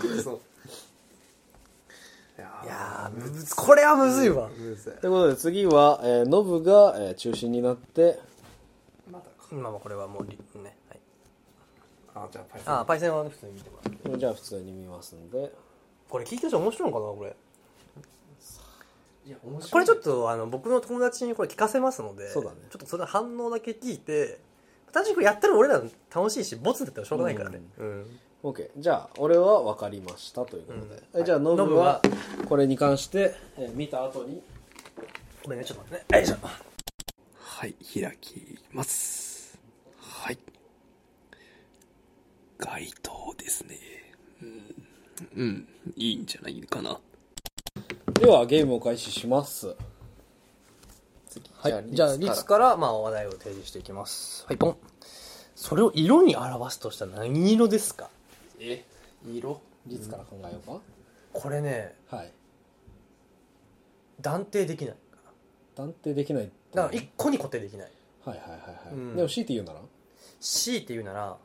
Speaker 2: や
Speaker 5: いやーむずこれはむずいわ、
Speaker 2: ーむずい
Speaker 3: たということで次は、えーノブが、えー中心になって
Speaker 5: まあまあこれはもうりね、はい、
Speaker 2: あじゃあパイセン
Speaker 5: ああパイセンはね普通に見てもらう
Speaker 3: じゃあ普通に見ますんで
Speaker 5: これ聞いてる人面白いのかなこれ
Speaker 2: いや面白い
Speaker 5: これちょっとあの僕の友達にこれ聞かせますので
Speaker 3: そうだね
Speaker 5: ちょっとそれの反応だけ聞いて単純にこれやってる俺ら楽しいしボツだったらしょうがないからね、うん、
Speaker 3: OK じゃあ俺は分かりましたということで、えじゃあノ
Speaker 5: ノ
Speaker 3: ブ
Speaker 5: ブ
Speaker 3: は
Speaker 5: は
Speaker 3: これに関して、えー見た後に
Speaker 5: これねちょっと待ってねよいしょ
Speaker 6: はい、開きます。はい。街灯ですね。うん、うん、いいんじゃないかな。
Speaker 3: ではゲームを開始します
Speaker 5: はい、じゃあリスからまあ話題を提示していきますはいポンそれを色に表すとしたら何色ですか
Speaker 2: え色
Speaker 3: リツから考えようか、
Speaker 5: これね
Speaker 3: はい
Speaker 5: 断定できない
Speaker 3: 断定できないって
Speaker 5: だから一個に固定できない
Speaker 3: はいはいはいはい、
Speaker 5: うん
Speaker 3: でも強いて言うなら
Speaker 5: C って言うなら、ま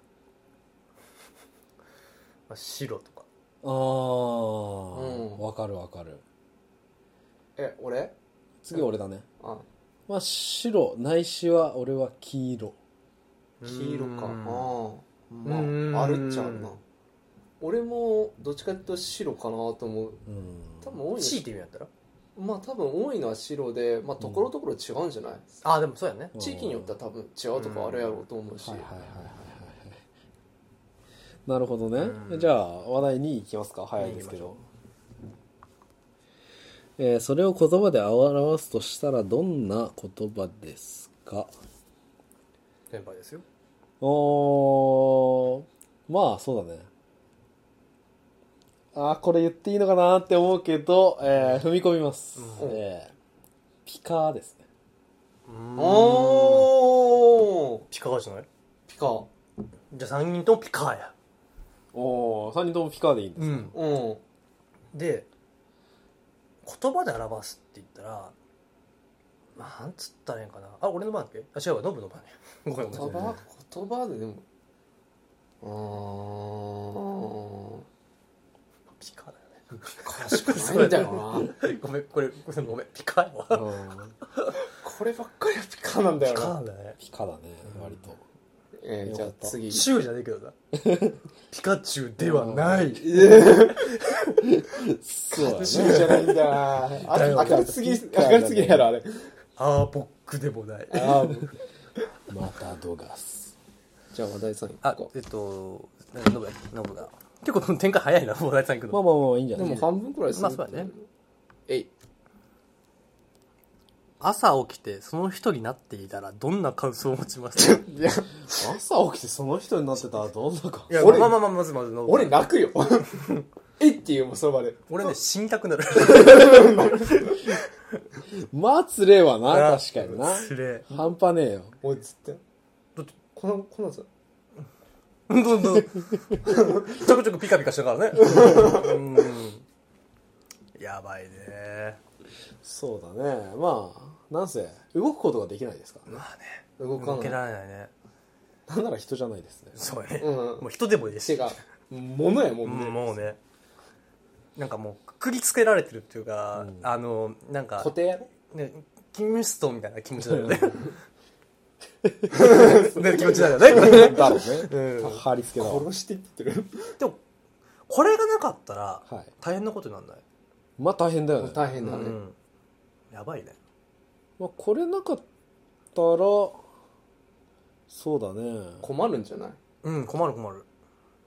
Speaker 5: あ、白とか
Speaker 3: あ
Speaker 2: う
Speaker 3: あ、
Speaker 2: ん
Speaker 3: わかるわかる
Speaker 2: え俺
Speaker 3: 次俺だね。
Speaker 2: あ
Speaker 3: まあ、白、ないしは俺は黄色。
Speaker 2: 黄色かあ
Speaker 5: う
Speaker 2: ー
Speaker 5: ん
Speaker 2: まああるっちゃあるな俺もどっちかっていうと白かなと思う
Speaker 3: うん。
Speaker 2: 多分多いの
Speaker 5: 強いて言うんやったら
Speaker 2: まあ多分多いのは白でまあところどころ違うんじゃない、
Speaker 5: ああでもそうやね
Speaker 3: うん
Speaker 2: 地域によっては多分違うとこあるやろうと思うし、
Speaker 3: はいはいはいはいはいはいなるほどね、
Speaker 5: うん
Speaker 3: じゃあ話題に行きますか早いですけ
Speaker 5: 二位行
Speaker 3: ど、えーそれを言葉で表すとしたらどんな言葉ですか
Speaker 5: 先輩ですよ
Speaker 3: おーまあそうだねあーこれ言っていいのかなって思うけど、えー踏み込みます、
Speaker 2: うん
Speaker 3: えーピカーですね
Speaker 2: おー
Speaker 5: ピカーじゃない
Speaker 2: ピカ
Speaker 5: じゃあ3人ともピカーや
Speaker 3: おお3人ともピカーでいいんです
Speaker 5: ん
Speaker 2: うん
Speaker 5: で言葉で表すって言ったらなんつったらええんかなあ俺の番だっけあ違うわノブの番ね ごめんごめ
Speaker 2: 言
Speaker 5: ん
Speaker 2: 葉言葉ででも
Speaker 5: ピカーだよ
Speaker 2: うーんかしくないんだよな
Speaker 5: ねごめんこれごめんごめんピカーやわ
Speaker 3: うん
Speaker 2: こればっかりはピカなんだ
Speaker 5: ピ
Speaker 2: よ
Speaker 5: カ
Speaker 2: な
Speaker 5: ーだね
Speaker 3: ピカだね割と
Speaker 2: えー、じゃあ次
Speaker 5: チュウじゃねえけ どなピカチュウではない
Speaker 3: そうだね
Speaker 2: シュじゃないんだなあ
Speaker 5: だよ
Speaker 2: 明るすぎ明るすぎるやろあれ
Speaker 5: アーポックでもない
Speaker 3: ああまたドガスじゃあ話題さん
Speaker 5: あえっとノブやノブが結構展開早いなもう大地さん行く
Speaker 3: まあ
Speaker 5: の
Speaker 3: まあまあいいんじゃ
Speaker 2: で
Speaker 3: ない
Speaker 2: も半分くらい
Speaker 5: まあそうやね
Speaker 2: えい
Speaker 5: 朝起きてその人になっていたらどんな感想を持ちますか
Speaker 2: いや
Speaker 3: 朝起きてその人になってたらどんなか
Speaker 5: いや
Speaker 2: 俺
Speaker 5: まあまあまあまずまずノブ
Speaker 2: 俺泣くよえいっていうもんその場で
Speaker 5: 俺ね死にたく なる
Speaker 3: まあつれえわな確かにな
Speaker 5: つれ
Speaker 3: 半端ねえよ
Speaker 2: もうずっと
Speaker 5: だって
Speaker 2: このこのさ
Speaker 5: どんどんどんちょくちょくピカピカしたからねうんやばいね
Speaker 3: そうだねまあなんせ動くことができないですからね
Speaker 5: まあね
Speaker 2: 動か
Speaker 5: 動け
Speaker 2: ない
Speaker 5: られないね
Speaker 3: なんなら人じゃないですね
Speaker 5: そうやね、
Speaker 2: うん
Speaker 5: もう人でもいい
Speaker 2: 手
Speaker 5: し
Speaker 2: が物やも
Speaker 5: うん
Speaker 2: ね、
Speaker 5: んもうねなんかもうくくりつけられてるっていうか、あのなんか
Speaker 2: 固定やろ
Speaker 5: ね、キムストみたいな気持ちだよね。 ね、気持ちだよねこれね。
Speaker 3: だろ うね
Speaker 5: うん
Speaker 3: 貼り付けだわ
Speaker 2: 殺してって言ってる
Speaker 5: でも、これがなかったら、
Speaker 3: はい
Speaker 5: 大変なことになんない。
Speaker 3: まあ大変だよね
Speaker 2: 大変だ
Speaker 5: う
Speaker 2: ね、
Speaker 5: ん。やばいね。
Speaker 3: まあこれなかったらそうだね
Speaker 2: 困るんじゃない
Speaker 5: うん、困る困る。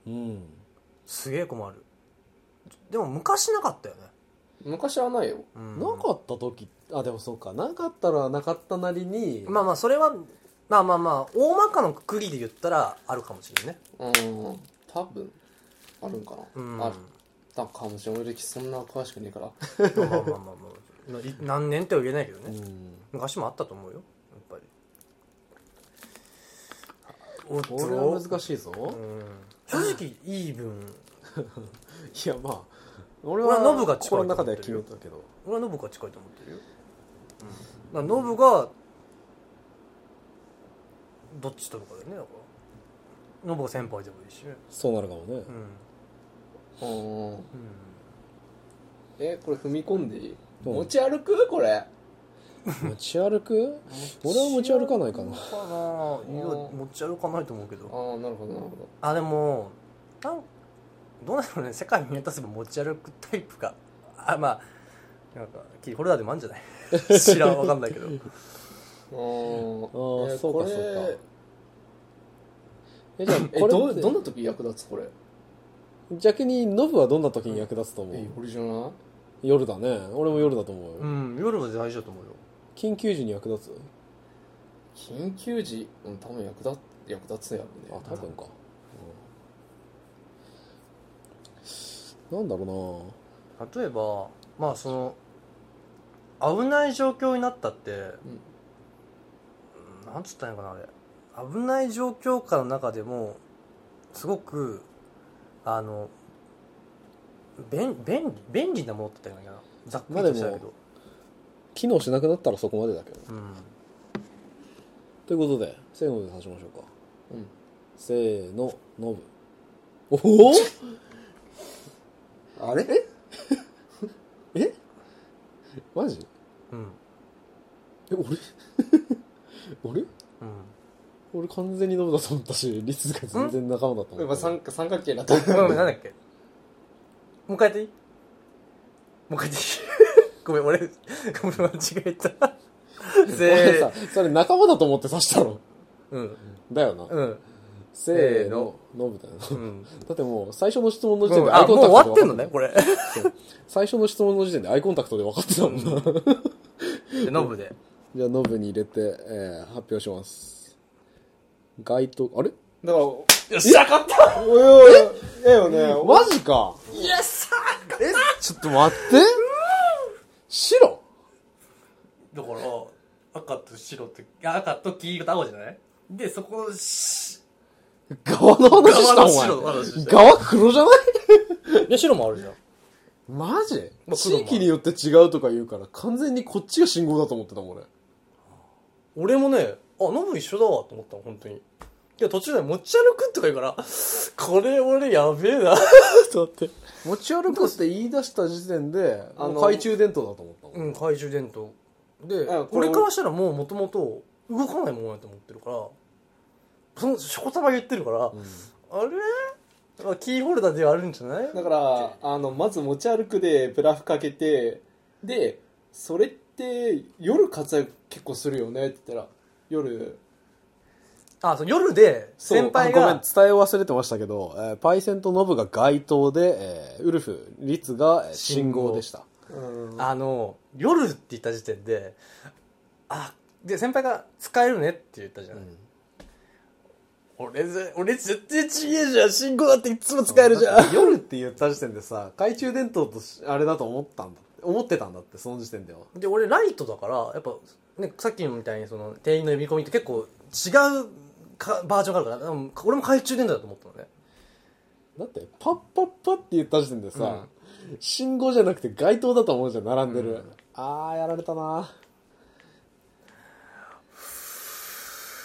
Speaker 3: うん
Speaker 5: すげえ困る。でも、昔なかったよね。
Speaker 2: 昔はないよ
Speaker 5: うん。
Speaker 3: なかった時あでもそうかなかったらなかったなりに、
Speaker 5: まあまあ、それは、まあまあまあ、大まかのくくりで言ったら、あるかもしれないね。
Speaker 2: うん多分あるんかな、
Speaker 5: うん。
Speaker 2: あったかもしれない俺歴史そんな詳しくねえから
Speaker 5: まあまあまあまあまあ、い何年とは言えないけど
Speaker 3: う
Speaker 5: ね。
Speaker 3: ん、
Speaker 5: 昔もあったと思うよ。やっぱり。おっと
Speaker 3: これは難しいぞ、
Speaker 5: 正直いい分
Speaker 3: いやまあ俺
Speaker 5: 俺はノブが近い
Speaker 3: 心
Speaker 5: と
Speaker 3: の
Speaker 5: 思って
Speaker 3: 中
Speaker 5: る
Speaker 3: で
Speaker 5: よ
Speaker 3: は決めたけど
Speaker 5: 俺はノブが近いと思ってるよ、うん、だからノブがどっち取るかだよねだからノブが先輩でもいいしね
Speaker 3: そうなるかもね
Speaker 5: うん、
Speaker 2: うん
Speaker 5: うん、
Speaker 2: えこれ踏み込んでいい
Speaker 3: うん
Speaker 2: 持ち歩くこれ
Speaker 3: 持ち歩く俺は持ち歩かないかな
Speaker 5: かないや
Speaker 2: うん
Speaker 5: 持ち歩かないと思うけ
Speaker 2: あ
Speaker 5: ど
Speaker 2: あなるほどなるほ
Speaker 5: あでもなんどうなのね世界見渡せば持ち歩くタイプがあまあなんかキーホルダーでもあるんじゃない 知らんわかんないけど
Speaker 2: どあ
Speaker 3: あ
Speaker 2: あ
Speaker 3: ーそうかそうかえじゃあ
Speaker 2: え
Speaker 3: こ
Speaker 2: ど
Speaker 3: れっ
Speaker 2: う
Speaker 3: て
Speaker 2: どんな時役立つこれ
Speaker 3: 逆にノブはどんな時に役立つと思う、
Speaker 2: え俺じゃない
Speaker 3: 夜だね俺も夜だと思うよ、
Speaker 5: うん夜は大事だと思うよ
Speaker 3: 緊急時に役立つ
Speaker 2: 緊急時うん多分役立役立つんや
Speaker 3: あ
Speaker 2: ろうね
Speaker 3: 多分か、うん、なんだろ
Speaker 5: 例えばまあその危ない状況になったって、うんなんつったんやかなあれ危ない状況下の中でもすごくあの便便利便利なものって言ったらいいのかなざっくりとしたけど、
Speaker 3: うな機能しなくなったらそこまでだけど
Speaker 5: うん、
Speaker 3: ということでせーので指しましょうか
Speaker 2: うん
Speaker 3: せーのノブお お
Speaker 2: あれ
Speaker 3: えマジ
Speaker 5: うん
Speaker 3: え 俺俺俺完全にノブだと思ったしリツが全然仲間だと
Speaker 2: や
Speaker 3: 思
Speaker 2: っぱ
Speaker 3: った
Speaker 2: 三三角形になった。
Speaker 5: うん、うん、なんだっけもう一回やっていいもう一回やってい いごめん俺ごめん間違えた
Speaker 3: お前
Speaker 5: せ
Speaker 3: さ
Speaker 5: ー
Speaker 3: それ仲間だと思って刺したろ
Speaker 5: うん
Speaker 3: だよな、
Speaker 5: うん
Speaker 3: せ
Speaker 5: せー
Speaker 3: ー
Speaker 5: の
Speaker 3: のノブだよな、
Speaker 5: うん
Speaker 3: だってもう最初の質問の時点で
Speaker 5: あ、もう終わってんのね、これ。
Speaker 3: 最初の質問の時点でアイコンタクトで分かってたもんな、
Speaker 5: ノブ で。
Speaker 3: じゃあノブに入れて、えー発表します該当あれ
Speaker 2: だから、お
Speaker 5: よっしゃ、勝った
Speaker 2: いおい、ええよね。
Speaker 3: マジか
Speaker 5: イエス
Speaker 3: ちょっと待って白
Speaker 5: だから、赤と白と、いや赤と黄色と青じゃないで、そこの、し
Speaker 3: 側の話した
Speaker 5: 側の白
Speaker 3: お
Speaker 5: の
Speaker 3: 前
Speaker 5: 話して
Speaker 3: 側黒じゃない
Speaker 1: で白もあるじゃん
Speaker 3: マジ
Speaker 5: まあ
Speaker 3: 地域によって違うとか言うから完全にこっちが信号だと思ってたもん俺
Speaker 5: 俺もね、あ、ノブ一緒だわ、と思ったの、本当に。いや、途中で持ち歩くとか言うから、これ俺やべえな、と思って。
Speaker 3: 持ち歩くって言い出した時点で
Speaker 2: あの
Speaker 3: もう懐中電灯だと思ったもん、
Speaker 5: うん、懐中電灯。で
Speaker 2: あ、これ
Speaker 5: 俺からしたらもう元々動かないもんやと思ってるから、その、しょこたま言ってるから、あれあキーホルダーではあるんじゃない
Speaker 2: だから、あの、まず持ち歩くでブラフかけて、で、それって夜活躍結構するよねって言ったら、夜、
Speaker 5: あ、そう、夜で、
Speaker 3: そう
Speaker 5: 先輩
Speaker 3: あごめん、
Speaker 5: が、
Speaker 3: 伝え忘れてましたけど、えーパイセンとノブが街頭で、えーウルフ、リツがえー信
Speaker 5: 信
Speaker 3: 号
Speaker 5: 号
Speaker 3: でした。
Speaker 2: うん、
Speaker 5: あの、夜って言った時点で、あ、で、先輩が使えるねって言ったじゃない。俺ぜ、俺絶対ちげえじゃん信号だっていつも使えるじゃん
Speaker 3: だって夜って言った時点でさ、懐中電灯としあれだと思ったんだ。思ってたんだって、その時点では。
Speaker 5: で、俺ライトだから、やっぱ、ね、さっきのみたいにその、店員の呼び込みって結構違うかバージョンがあるから、多分俺も懐中電灯だと思ったのね。
Speaker 3: だって、パッパッパって言った時点でさ、信号じゃなくて街灯だと思うじゃん、並んでる。あー、やられたな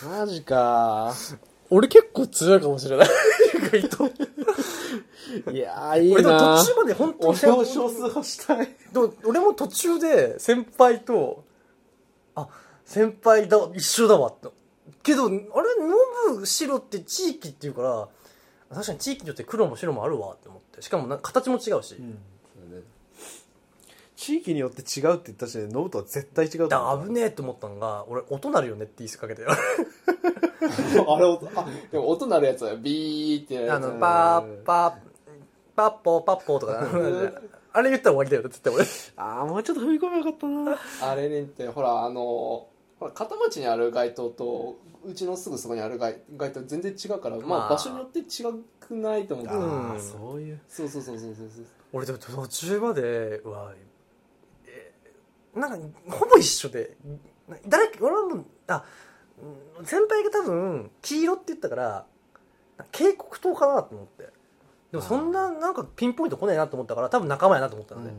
Speaker 3: マジか
Speaker 5: 俺結構強いかもしれない。意外と。
Speaker 3: いやー、いい
Speaker 5: 俺でも
Speaker 3: な
Speaker 5: 途中まで本当に
Speaker 3: 俺も少数派したい。
Speaker 5: でも俺も途中で先輩とあ先輩だ一緒だわってけどあれノブ白って地域っていうから確かに地域によって黒も白もあるわって思ってしかもな形も違うし、
Speaker 3: 地域によって違うって言った時点で、ノブとは絶対違う
Speaker 5: だ
Speaker 3: と思
Speaker 5: から
Speaker 3: う
Speaker 5: 危ねえって思ったのが俺音鳴るよねって言いかけてあ
Speaker 2: あれ音、あ、でも音鳴るやつはビーってやるやつ
Speaker 5: のパーパーパッポーパッポーとかあのあれ言ったら終わりだよねって言って
Speaker 3: ああ、もうちょっと踏み込めばよかったな。
Speaker 2: あれねって、ほら、あの、ほら、片町にある街灯と、うちのすぐそこにある街街灯全然違うから、ま
Speaker 5: まあ
Speaker 2: あ場所によって違くないと思うけど。
Speaker 5: 俺、うん、
Speaker 3: そういう。
Speaker 2: そうそうそうそうそうそう。
Speaker 5: 俺でも途中までうわえーなんかほぼ一緒でな誰か俺はもうあうん先輩が多分黄色って言ったから警告灯かなと思ってでもそんななんかピンポイント来ないなと思ったから多分仲間やなと思ったのね、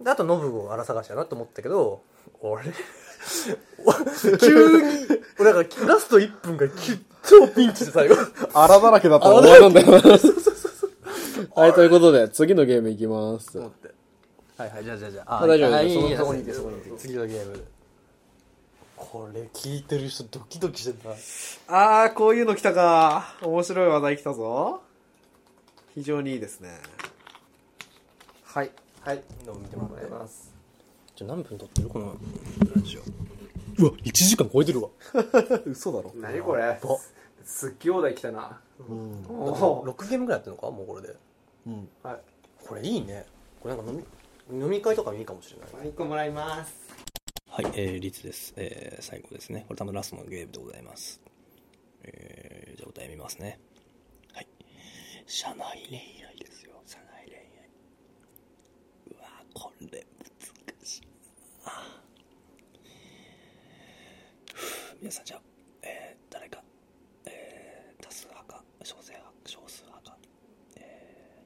Speaker 5: であとノブを荒探しやなと思ったけど俺 急に俺だからラスト1分がきっとピンチで最後
Speaker 3: 荒だらけだったら終わるんだよな。はい、ということで、次のゲームいきます。
Speaker 5: 思ってはいはいじゃあじゃあじゃあ
Speaker 3: あ大丈夫
Speaker 5: はい
Speaker 3: 大丈夫
Speaker 5: いいいい
Speaker 3: そこ
Speaker 5: いいそこにいて次のゲームこれ聞いてる人ドキドキしてた
Speaker 7: あー、こういうの来たか。面白い話題来たぞ。非常にいいですね。はい。
Speaker 2: はい。
Speaker 5: の見てもらえます
Speaker 2: ます。
Speaker 1: じゃあ何分撮ってるこのラジオうわ1時間超えてるわ
Speaker 3: 嘘だろ。
Speaker 2: 何これ
Speaker 5: お
Speaker 2: すっげえお題来たな。
Speaker 3: うん。
Speaker 2: おー
Speaker 5: 6ゲームぐらいやってるのかもうこれで
Speaker 3: うん。
Speaker 2: はい。
Speaker 5: これいいねこれなんか飲み飲み会とかもいいかもしれない
Speaker 2: ワインコもらいます。
Speaker 4: はい、えー、リツです。えー、最後ですね。これ多分ラストのゲームでございます。えー、じゃあお題見ますね。はい。社内恋愛ですよ。社内恋愛。うわーこれ難しいなふう皆さんじゃあ、えー、誰か、えー、多数派か、少数派か、少数派か、え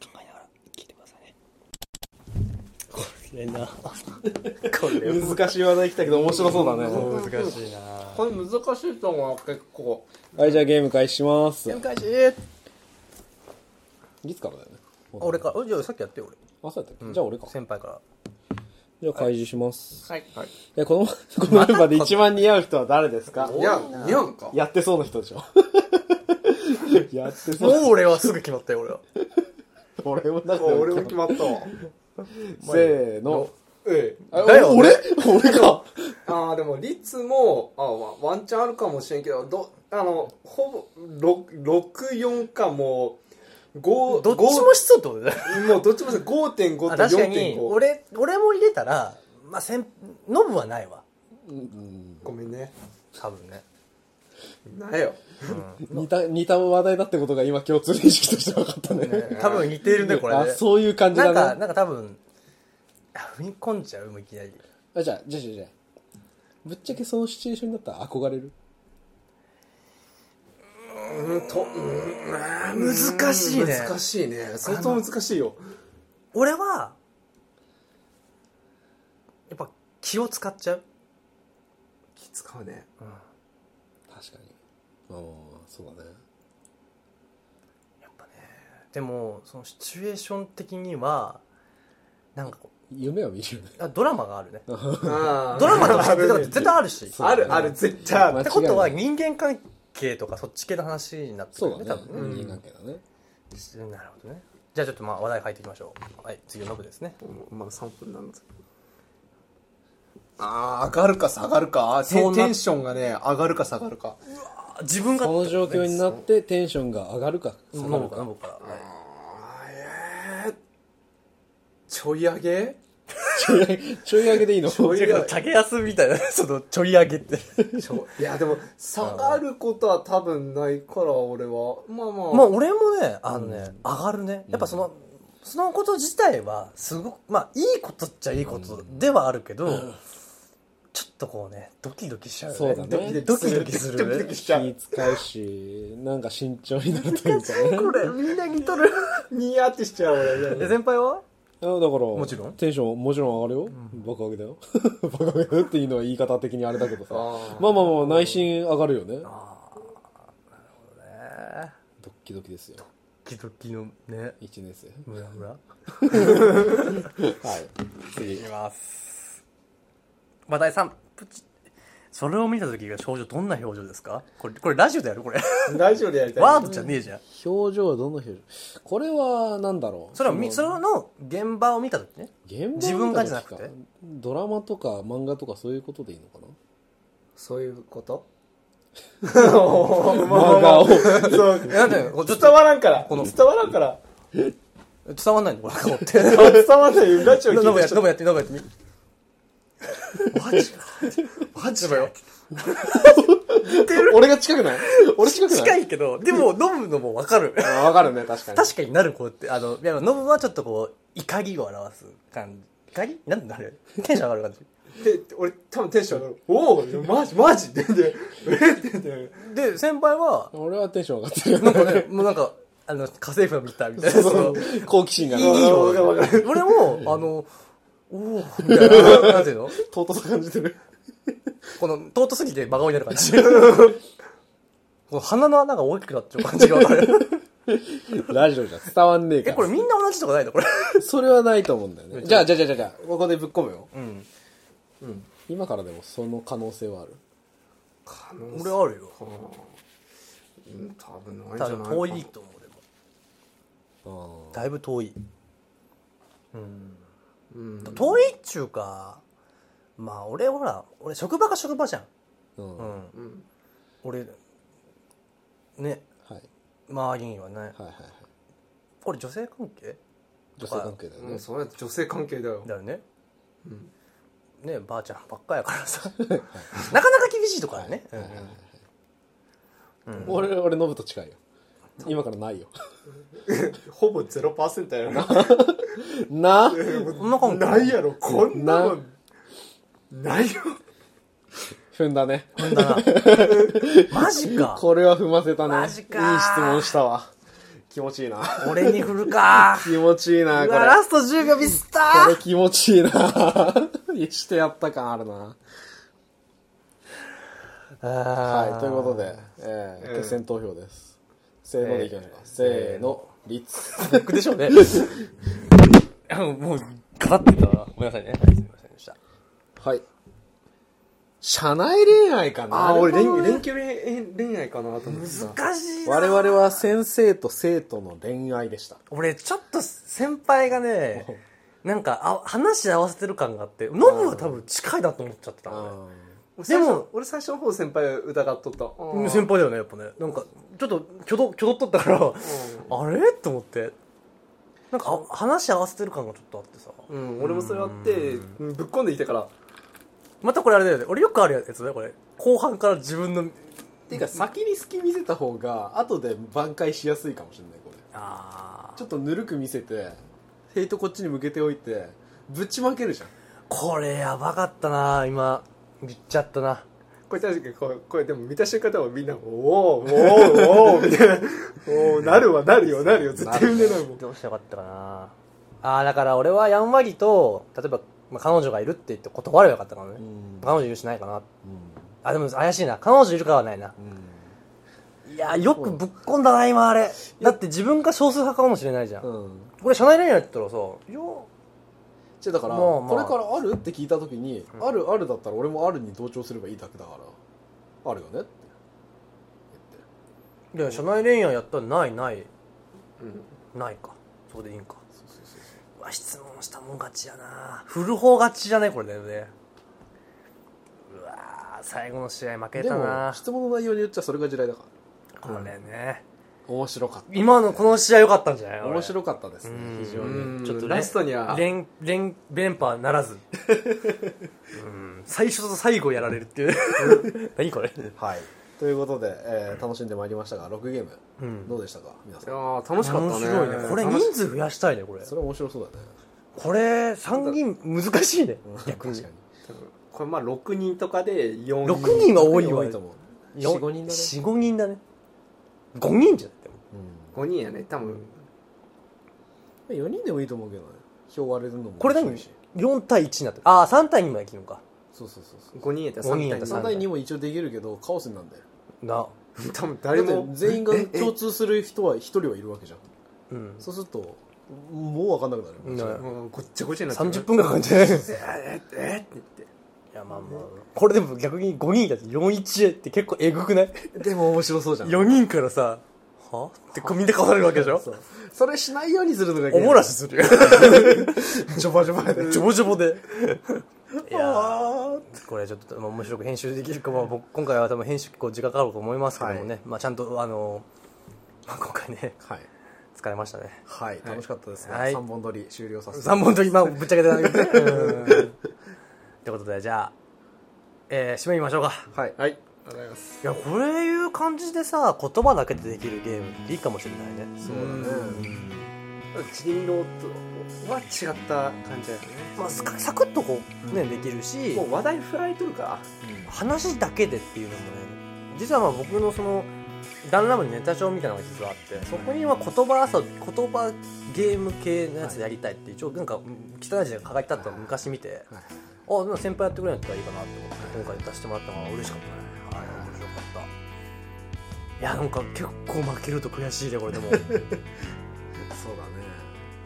Speaker 4: ー、考えながら聞いてくださいね。
Speaker 3: 難しい話題来たけど面白そうだね。
Speaker 5: 難しいな
Speaker 2: これ難しいと思う、結構。
Speaker 3: はい、じゃあゲーム開始します。ゲーム開始いつからだよね。
Speaker 5: 俺かあじゃあさっきやってよ俺
Speaker 3: あ、そうやったっけじゃあ俺か。
Speaker 5: 先輩から
Speaker 3: じゃあ開示します。
Speaker 7: はい。はい。
Speaker 3: え、この、この メンバーで一番似合う人は誰ですか
Speaker 2: いや、似合うのか
Speaker 3: やってそうな人 でしょ。やって
Speaker 5: も
Speaker 3: そう。
Speaker 5: う俺はすぐ決まったよ、俺は。
Speaker 3: 俺もだ
Speaker 2: あ
Speaker 3: って
Speaker 2: 俺も決まったわ。
Speaker 3: せーの。
Speaker 2: ええ。あ
Speaker 5: だよね
Speaker 3: 俺俺か。
Speaker 2: あーでも、リツも、あワワンチャンあるかもしれんけど、ど、あの、ほぼ、6、4かもう、5、
Speaker 5: どっちもしそうってことだよね。
Speaker 2: 5もうどっちもそう5.5と
Speaker 5: あ確かに、
Speaker 2: 4.5。
Speaker 5: 俺、俺も入れたら、まあ、せん、ノブはないわ。
Speaker 2: ごめんね。
Speaker 5: 多分ね。
Speaker 2: なんよ。
Speaker 3: 似た、似た話題だってことが今共通認識として分かったね。
Speaker 5: 多分似てるね、これ
Speaker 3: あ、
Speaker 5: ね。
Speaker 3: そういう感じ
Speaker 5: な
Speaker 3: だ
Speaker 5: んか、
Speaker 3: ね。
Speaker 5: なんか多分、あ踏み込んじゃう、もういきなり。
Speaker 3: あじゃあ、じゃあじゃあじゃあぶっちゃけそのシチュエーションだったら憧れる
Speaker 5: 難しいね。
Speaker 2: 難しいね。相当難しいよ。
Speaker 5: 俺は、やっぱ気を使っちゃう。
Speaker 2: 気使うね。
Speaker 3: 確かに。ああ、そうだね。
Speaker 5: でも、そのシチュエーション的には、なんかこ
Speaker 3: 夢は見るよね。
Speaker 5: う、あドラマがあるね。ド
Speaker 2: あー
Speaker 5: ラマとか知ってたら絶対あるし。っ
Speaker 2: ある、ある、絶対ある。
Speaker 3: 間違いない
Speaker 5: てことは人間関係とかそっち系の話になってく
Speaker 3: そ
Speaker 5: る
Speaker 3: う
Speaker 5: ね、
Speaker 3: だ
Speaker 5: 多
Speaker 3: ね
Speaker 5: 分。。
Speaker 2: ん
Speaker 3: 人間関係だね。
Speaker 5: なるほどね。じゃあちょっとまあ話題入っていきましょう。はい、次のノブですね。
Speaker 2: まだ3分なんだああ、上がるか下がるか。テンテンションがね、上がるか下がるか。
Speaker 5: 自分が。
Speaker 3: この状況になってテンションが上がるか下が
Speaker 5: ノ
Speaker 3: る
Speaker 5: ブか
Speaker 3: か。
Speaker 5: ノブから。はい
Speaker 2: ちょい上げ
Speaker 3: ちょいちょい上げでいいの
Speaker 2: ちょい上げ。
Speaker 5: 竹安みたいな、 その、ちょい上げって。
Speaker 2: ちょいや、でも、下がることは多分ないから、俺は。まあまあ。
Speaker 5: まあ、俺もね、あのね、上がるね。やっぱその、そのこと自体は、すごく、まあ、いいことっちゃいいことではあるけど、ちょっとこうね、ドキドキしちゃうよ
Speaker 3: そうだ
Speaker 5: ね。
Speaker 3: ね。
Speaker 5: ドキドキする。ドキドキし
Speaker 3: 気使うし、なんか慎重になるというかね。
Speaker 5: これ、みんな似とる。
Speaker 2: ニヤってしちゃう、俺。
Speaker 5: え、先輩は
Speaker 3: あだから、も
Speaker 5: ちろん
Speaker 3: テンションもちろん上がるよ。爆上げだよ。 爆上げだよっていうのは言い方的にあれだけどさ。
Speaker 2: あ
Speaker 3: まあまあまあ、内心上がるよね。ドッキドキですよ。
Speaker 5: ドキドキのね、
Speaker 3: 1年生。
Speaker 5: ムラムラ。
Speaker 3: はい。次。
Speaker 5: いきます。話題3、プチ。それを見た時が少女どんな表情ですかこれ、これラジオでやるこれ。
Speaker 2: ラジオでやりたい。
Speaker 5: ワードじゃねえじゃん。
Speaker 3: 表情はどんな表情これは、なんだろう。
Speaker 5: それをみ、その現場を見た時ね。
Speaker 3: 現場の
Speaker 5: 自分がじゃなくて
Speaker 3: ドラマとか漫画とかそういうことでいいのかな
Speaker 2: そういうこと
Speaker 3: 漫画を。
Speaker 2: そう。
Speaker 5: いや、ね、こうちょ
Speaker 2: 伝
Speaker 5: っと、
Speaker 2: わらんから。伝わらんから。
Speaker 5: 伝わんな いのこれ、こうって。
Speaker 2: 伝わらないよ。ラジオ
Speaker 5: ノブ
Speaker 2: 聞い
Speaker 5: やってて、ノブやって、ノブやってみ。マジか。マジかよ。
Speaker 3: 俺が近 くない俺近くな
Speaker 5: 近
Speaker 3: い
Speaker 5: いけど、でも、ノブのもわかる。
Speaker 3: あわかるね、確かに。
Speaker 5: 確かになる子って、あの、いや、ノブはちょっとこう、怒りを表す感じ。怒りなんだあれテンション上がる感じ。
Speaker 2: て俺、多分テンション上がる。おおマジ、マジで、で、えってで、
Speaker 5: で、先輩は、
Speaker 3: 俺はテンション上がってるよ
Speaker 5: なんかね、もうなんか、あの、家政婦が見たみたいな、その、
Speaker 3: 好奇心がね。
Speaker 2: いいよ、わかるわかる。
Speaker 5: 俺も、あの、おおみたいな、なんていうの
Speaker 3: 尊さ感じてる。
Speaker 5: この、尊すぎて真顔になる感じ。この鼻の穴が大きくなってる感じがわかる。
Speaker 3: ラジオじゃ伝わんねえか
Speaker 5: え、
Speaker 3: ら。
Speaker 5: これみんな同じとかないのこれ。
Speaker 3: それはないと思うんだよね。じゃあ、じゃあ、じゃあ、じゃあ、ここでぶっ込むよ。
Speaker 5: うん。
Speaker 3: 今からでもその可能性はある。
Speaker 5: 俺あるよ。
Speaker 2: うん多分ないんじ
Speaker 5: 多
Speaker 2: ゃない
Speaker 5: 分遠いと思う、でも。
Speaker 3: あ
Speaker 5: だいぶ遠い。
Speaker 2: うん。
Speaker 5: 遠いっちゅうか、まあ俺ほら、俺職場が職場じゃん。
Speaker 3: あ。うん。
Speaker 5: う
Speaker 3: はい。
Speaker 5: ん。俺、ね、
Speaker 3: はい
Speaker 5: 周りにはね。
Speaker 3: はいはい。
Speaker 5: これ女性関係
Speaker 3: 女性関係だよ
Speaker 2: う
Speaker 3: ね
Speaker 2: ん、。それ女性関係だよ。
Speaker 5: だよね、ねばあちゃんばっかやから さなかなか厳しいところね、うん
Speaker 3: 俺、俺、ノブと近いよ。今からないよ。
Speaker 2: ほぼ0%やな。
Speaker 3: なあ
Speaker 5: そんな感じ
Speaker 2: ないやろ、こんなの
Speaker 3: な。
Speaker 2: ないよ。
Speaker 3: 踏んだね。
Speaker 5: なんだなマジか
Speaker 3: これは踏ませたね。
Speaker 5: マジか
Speaker 3: いい質問したわ。気持ちいいな。
Speaker 5: 俺に振る か
Speaker 3: 気持ちいいな、
Speaker 5: う
Speaker 3: こ
Speaker 5: わ
Speaker 3: れ。
Speaker 5: ラスト10秒ミスった
Speaker 3: これ気持ちいいな。 してやった感あるな。はい、ということで、えー
Speaker 2: うん
Speaker 3: 決選投票です。せーのでいきましょうか。せーの、立。
Speaker 5: 僕でしょうねもうガラッてたなごめんなさいねはいすいませんでした
Speaker 2: はい。社内恋愛かな
Speaker 4: ああ、俺連、連休恋愛かなと思ってた。
Speaker 5: 難しいな
Speaker 2: 我々は先生と生徒の恋愛でした。
Speaker 5: 俺ちょっと先輩がねなんかあ話合わせてる感があってノブは多分近いなと思っちゃってたのね
Speaker 4: で
Speaker 5: で
Speaker 4: も
Speaker 5: も、
Speaker 4: 俺最初の方先輩疑っとった。
Speaker 5: うん先輩だよねやっぱねなんかちょっときょどきょどっとったからあれと思ってなんかあ話合わせてる感がちょっとあってさ
Speaker 4: うん、俺もそれあって、ぶっ込んできたから。
Speaker 5: またこれあれだよね俺よくあるやつだよこれ後半から自分の
Speaker 2: ていうか先に好き見せた方が後で挽回しやすいかもしれないこれ
Speaker 5: あ
Speaker 2: ちょっとぬるく見せてヘイトこっちに向けておいてぶちまけるじゃん
Speaker 5: これやばかったな今言っちゃったな
Speaker 4: これ確かにこれ、これでも見た瞬間多分みんな、おおおおみたいな。おおなるわ、なるよ、なるよ。絶対言うんでないもん。
Speaker 5: どうしたらよかったかなああだから俺はやんわりと例えば、まあ、彼女がいるって言って断ればよかったかもね、彼女いるしないかな、あでも怪しいな彼女いるかはないな、いやよくぶっ込んだな今あれだって自分が少数派かもしれないじゃん、
Speaker 2: うん
Speaker 5: これ社内恋愛だったらさいや
Speaker 2: じゃあだから、
Speaker 5: まあまあ
Speaker 2: これからあるって聞いた時に、あるあるだったら俺もあるに同調すればいいだけだからあるよねって
Speaker 5: いや社内恋愛やったらないない、ないかそこでいいんかうわ質問したもん勝ちやな振る方勝ちじゃねこれだよねうわー最後の試合負け
Speaker 2: で
Speaker 5: た
Speaker 2: も
Speaker 5: な
Speaker 2: 質問の内容によっちゃそれが地雷だから
Speaker 5: これね、
Speaker 2: 面白かった
Speaker 5: 今のこの試合良かったんじゃない
Speaker 2: 面白
Speaker 5: く
Speaker 2: かったですね
Speaker 5: うん
Speaker 2: 非常に
Speaker 4: うん、ちょっとラストには、
Speaker 5: 連連連覇ならずうん最初と最後やられるっていう何これ
Speaker 2: はいということで、えー楽しんでまいりましたが6ゲーム、
Speaker 5: うん
Speaker 2: どうでしたか皆さ
Speaker 4: い
Speaker 2: ん
Speaker 4: やー楽しかった
Speaker 5: 面
Speaker 4: ね。
Speaker 5: 白いねこれ
Speaker 4: 楽し
Speaker 5: 人数増やしたいねこれ
Speaker 2: それ面白そうだね
Speaker 5: これ参議院難しいね逆に
Speaker 2: 確かに
Speaker 4: これまあ6人とかで4人。
Speaker 5: 6人は多いわ
Speaker 2: 多いと思う
Speaker 5: 45人だね45人だね5人じゃなくても
Speaker 4: 5人やね、多分。
Speaker 2: 4人でもいいと思うけどね票割れるのも
Speaker 5: これ
Speaker 2: 面
Speaker 5: 何
Speaker 2: 白いし
Speaker 5: 4対1になってるああ3対2まで切るのか
Speaker 2: そうそうそうそう
Speaker 4: 5人やったら3人や
Speaker 5: 五
Speaker 4: っ
Speaker 5: 人
Speaker 4: た
Speaker 2: 3
Speaker 5: やっ
Speaker 4: ら
Speaker 2: 対2も一応できるけどカオスになるんだよ
Speaker 5: な
Speaker 4: 多分
Speaker 2: だ
Speaker 4: 誰
Speaker 2: って
Speaker 4: も。
Speaker 2: 全員が共通する人は1人はいるわけじゃん
Speaker 5: うん
Speaker 2: そうするともう分かんなくなるよ
Speaker 5: な
Speaker 4: うんごっちゃごちゃになってる
Speaker 5: 30分がかかん じゃないい
Speaker 4: えーえーって言って。
Speaker 5: やまあまあこれでも逆に5人だって41へって結構えぐくない
Speaker 2: でも面白そうじゃん
Speaker 5: 4人からさはってこうみんな顔されるわけでしょ
Speaker 2: そうそれしないようにするのがいけ
Speaker 5: お
Speaker 2: ない
Speaker 5: もらしするよ
Speaker 2: ジョバジョバやで
Speaker 5: ジョボジョ ボでいやーこれちょっとまあ面白く編集できるかも僕今回は多分編集結構時間かかると思いますけどもね、まあちゃんとあのまあ今回ね
Speaker 2: はい
Speaker 5: 疲れましたね
Speaker 2: はい楽しかったですね
Speaker 5: はい
Speaker 2: 3本撮り終了させて
Speaker 5: 3本と今ぶっちゃけて ないけどねうんってことでじゃあ、えー締めましょうか
Speaker 2: はい
Speaker 4: はい。ありがとうございます。
Speaker 5: いやこれいう感じでさ言葉だけでできるゲームっていいかもしれないね
Speaker 4: そうだね。人狼とは違った感じだよね。
Speaker 5: まあ、サクサクッとこうね、できるし
Speaker 4: もう話題振られとるから。
Speaker 5: 話だけでっていうのもね実はまあ僕のそのダンラムにネタ帳みたいなのが実はあってそこには言葉遊び言葉ゲーム系のやつやりたいって一応なんかうん汚い字が書かれてあったのを昔見てあでも先輩やってくれるんだったらいいかなと思って今回出してもらったのが嬉しかったねはい面白かったいやなんか結構負けると悔しいでこれでも
Speaker 2: そうだね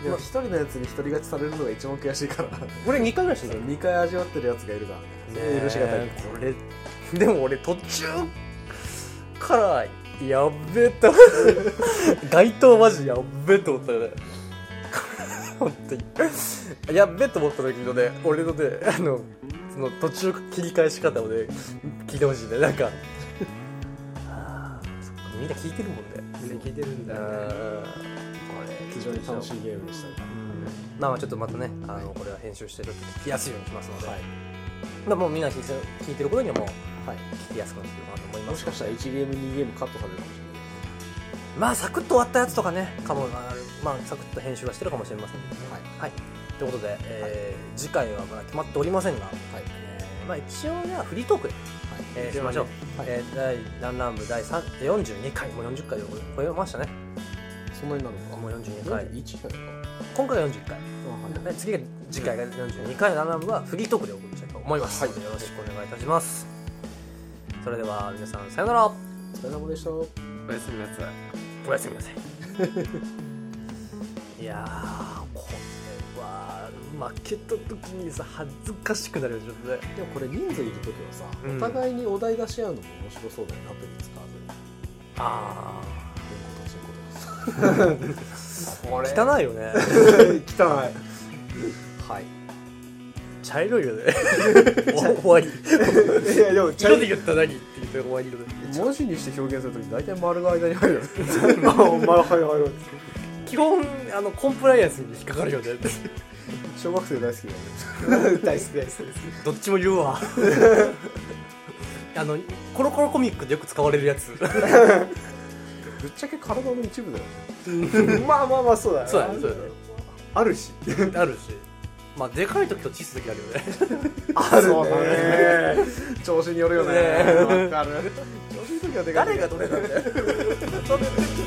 Speaker 2: でも1人のやつに独り勝ちされるのが一番悔しいから
Speaker 5: 俺2回ぐらいしてたよ
Speaker 2: 2回味わってるやつがいるからねそれ許しがたい
Speaker 5: ねえこれでも俺途中からやっべえ と街灯マジやっべえと思ったよね本当にやっべえと思った時のね俺のねあのその途中切り返し方をね聞いてほしいねなんかあーそっかみんな聞いてるもんね
Speaker 4: みんな聞いてるんだ
Speaker 5: う
Speaker 4: よね。
Speaker 5: ん
Speaker 2: 非常に楽しいゲームでしたね
Speaker 5: まあまあちょっとまたねあのこれは編集してちょっと聞きやすいようにしますので、まあもうみんな聞いて聞いてる頃にはもう
Speaker 2: はい
Speaker 5: 聞きやすくなってるかなと思いま
Speaker 2: も
Speaker 5: す
Speaker 2: しかしたら1ゲーム2ゲームカットされるかもし
Speaker 5: まあサクッと終わったやつとかねかもあるまあサクッと編集はしてるかもしれませんけどねはい、ということで、えー次回はまだ決まっておりませんが、えーまあ一応じゃあフリートークで、えーしましょう、えー第ランラン部第3 42回もう40回を超えましたね
Speaker 2: れないそんなになるのか
Speaker 5: もう42回
Speaker 2: 41回なのか
Speaker 5: 今回が41回
Speaker 2: あはい
Speaker 5: で次が次回が42回のランブはフリートークでお送りしたいと思います、のでよろしくお願いいたしますそれでは皆さんさよなら
Speaker 2: お疲れ様でした
Speaker 4: おやすみなさい。
Speaker 5: お やすみなさいいやーこれは負けた時にさ恥ずかしくなるよねちょっとね
Speaker 8: でもこれ人数いる時はさ、
Speaker 5: うん
Speaker 8: お互いにお題出し合うのも面白そうだよねアプリ使わずに
Speaker 5: あ
Speaker 9: これ
Speaker 5: あ汚いよね
Speaker 2: 汚いはい
Speaker 5: 茶色い よねホワイ
Speaker 2: いやでも茶
Speaker 5: 色
Speaker 2: 色
Speaker 5: で言ったら何って言って終わり色で
Speaker 2: 文字にして表現するとき大体丸が間に入るよねまあ丸入る入る
Speaker 5: 基本あのコンプライアンスに引っかかる よね
Speaker 2: 小学生大好きだよ
Speaker 9: 大
Speaker 2: ね
Speaker 9: 好き大好きです
Speaker 5: どっちも言 うわあのコロコロコミックでよく使われるや つ
Speaker 2: ぶっちゃけ体の一部だよね
Speaker 9: まあまあまあそうだね
Speaker 5: そうだねそうだね
Speaker 2: あるし
Speaker 5: あるしまあでかい時と小さい時あるよね
Speaker 2: あるね調子によるよね
Speaker 5: ね
Speaker 2: わかる調子の時はでかい
Speaker 5: 誰がどれなんだよそんな時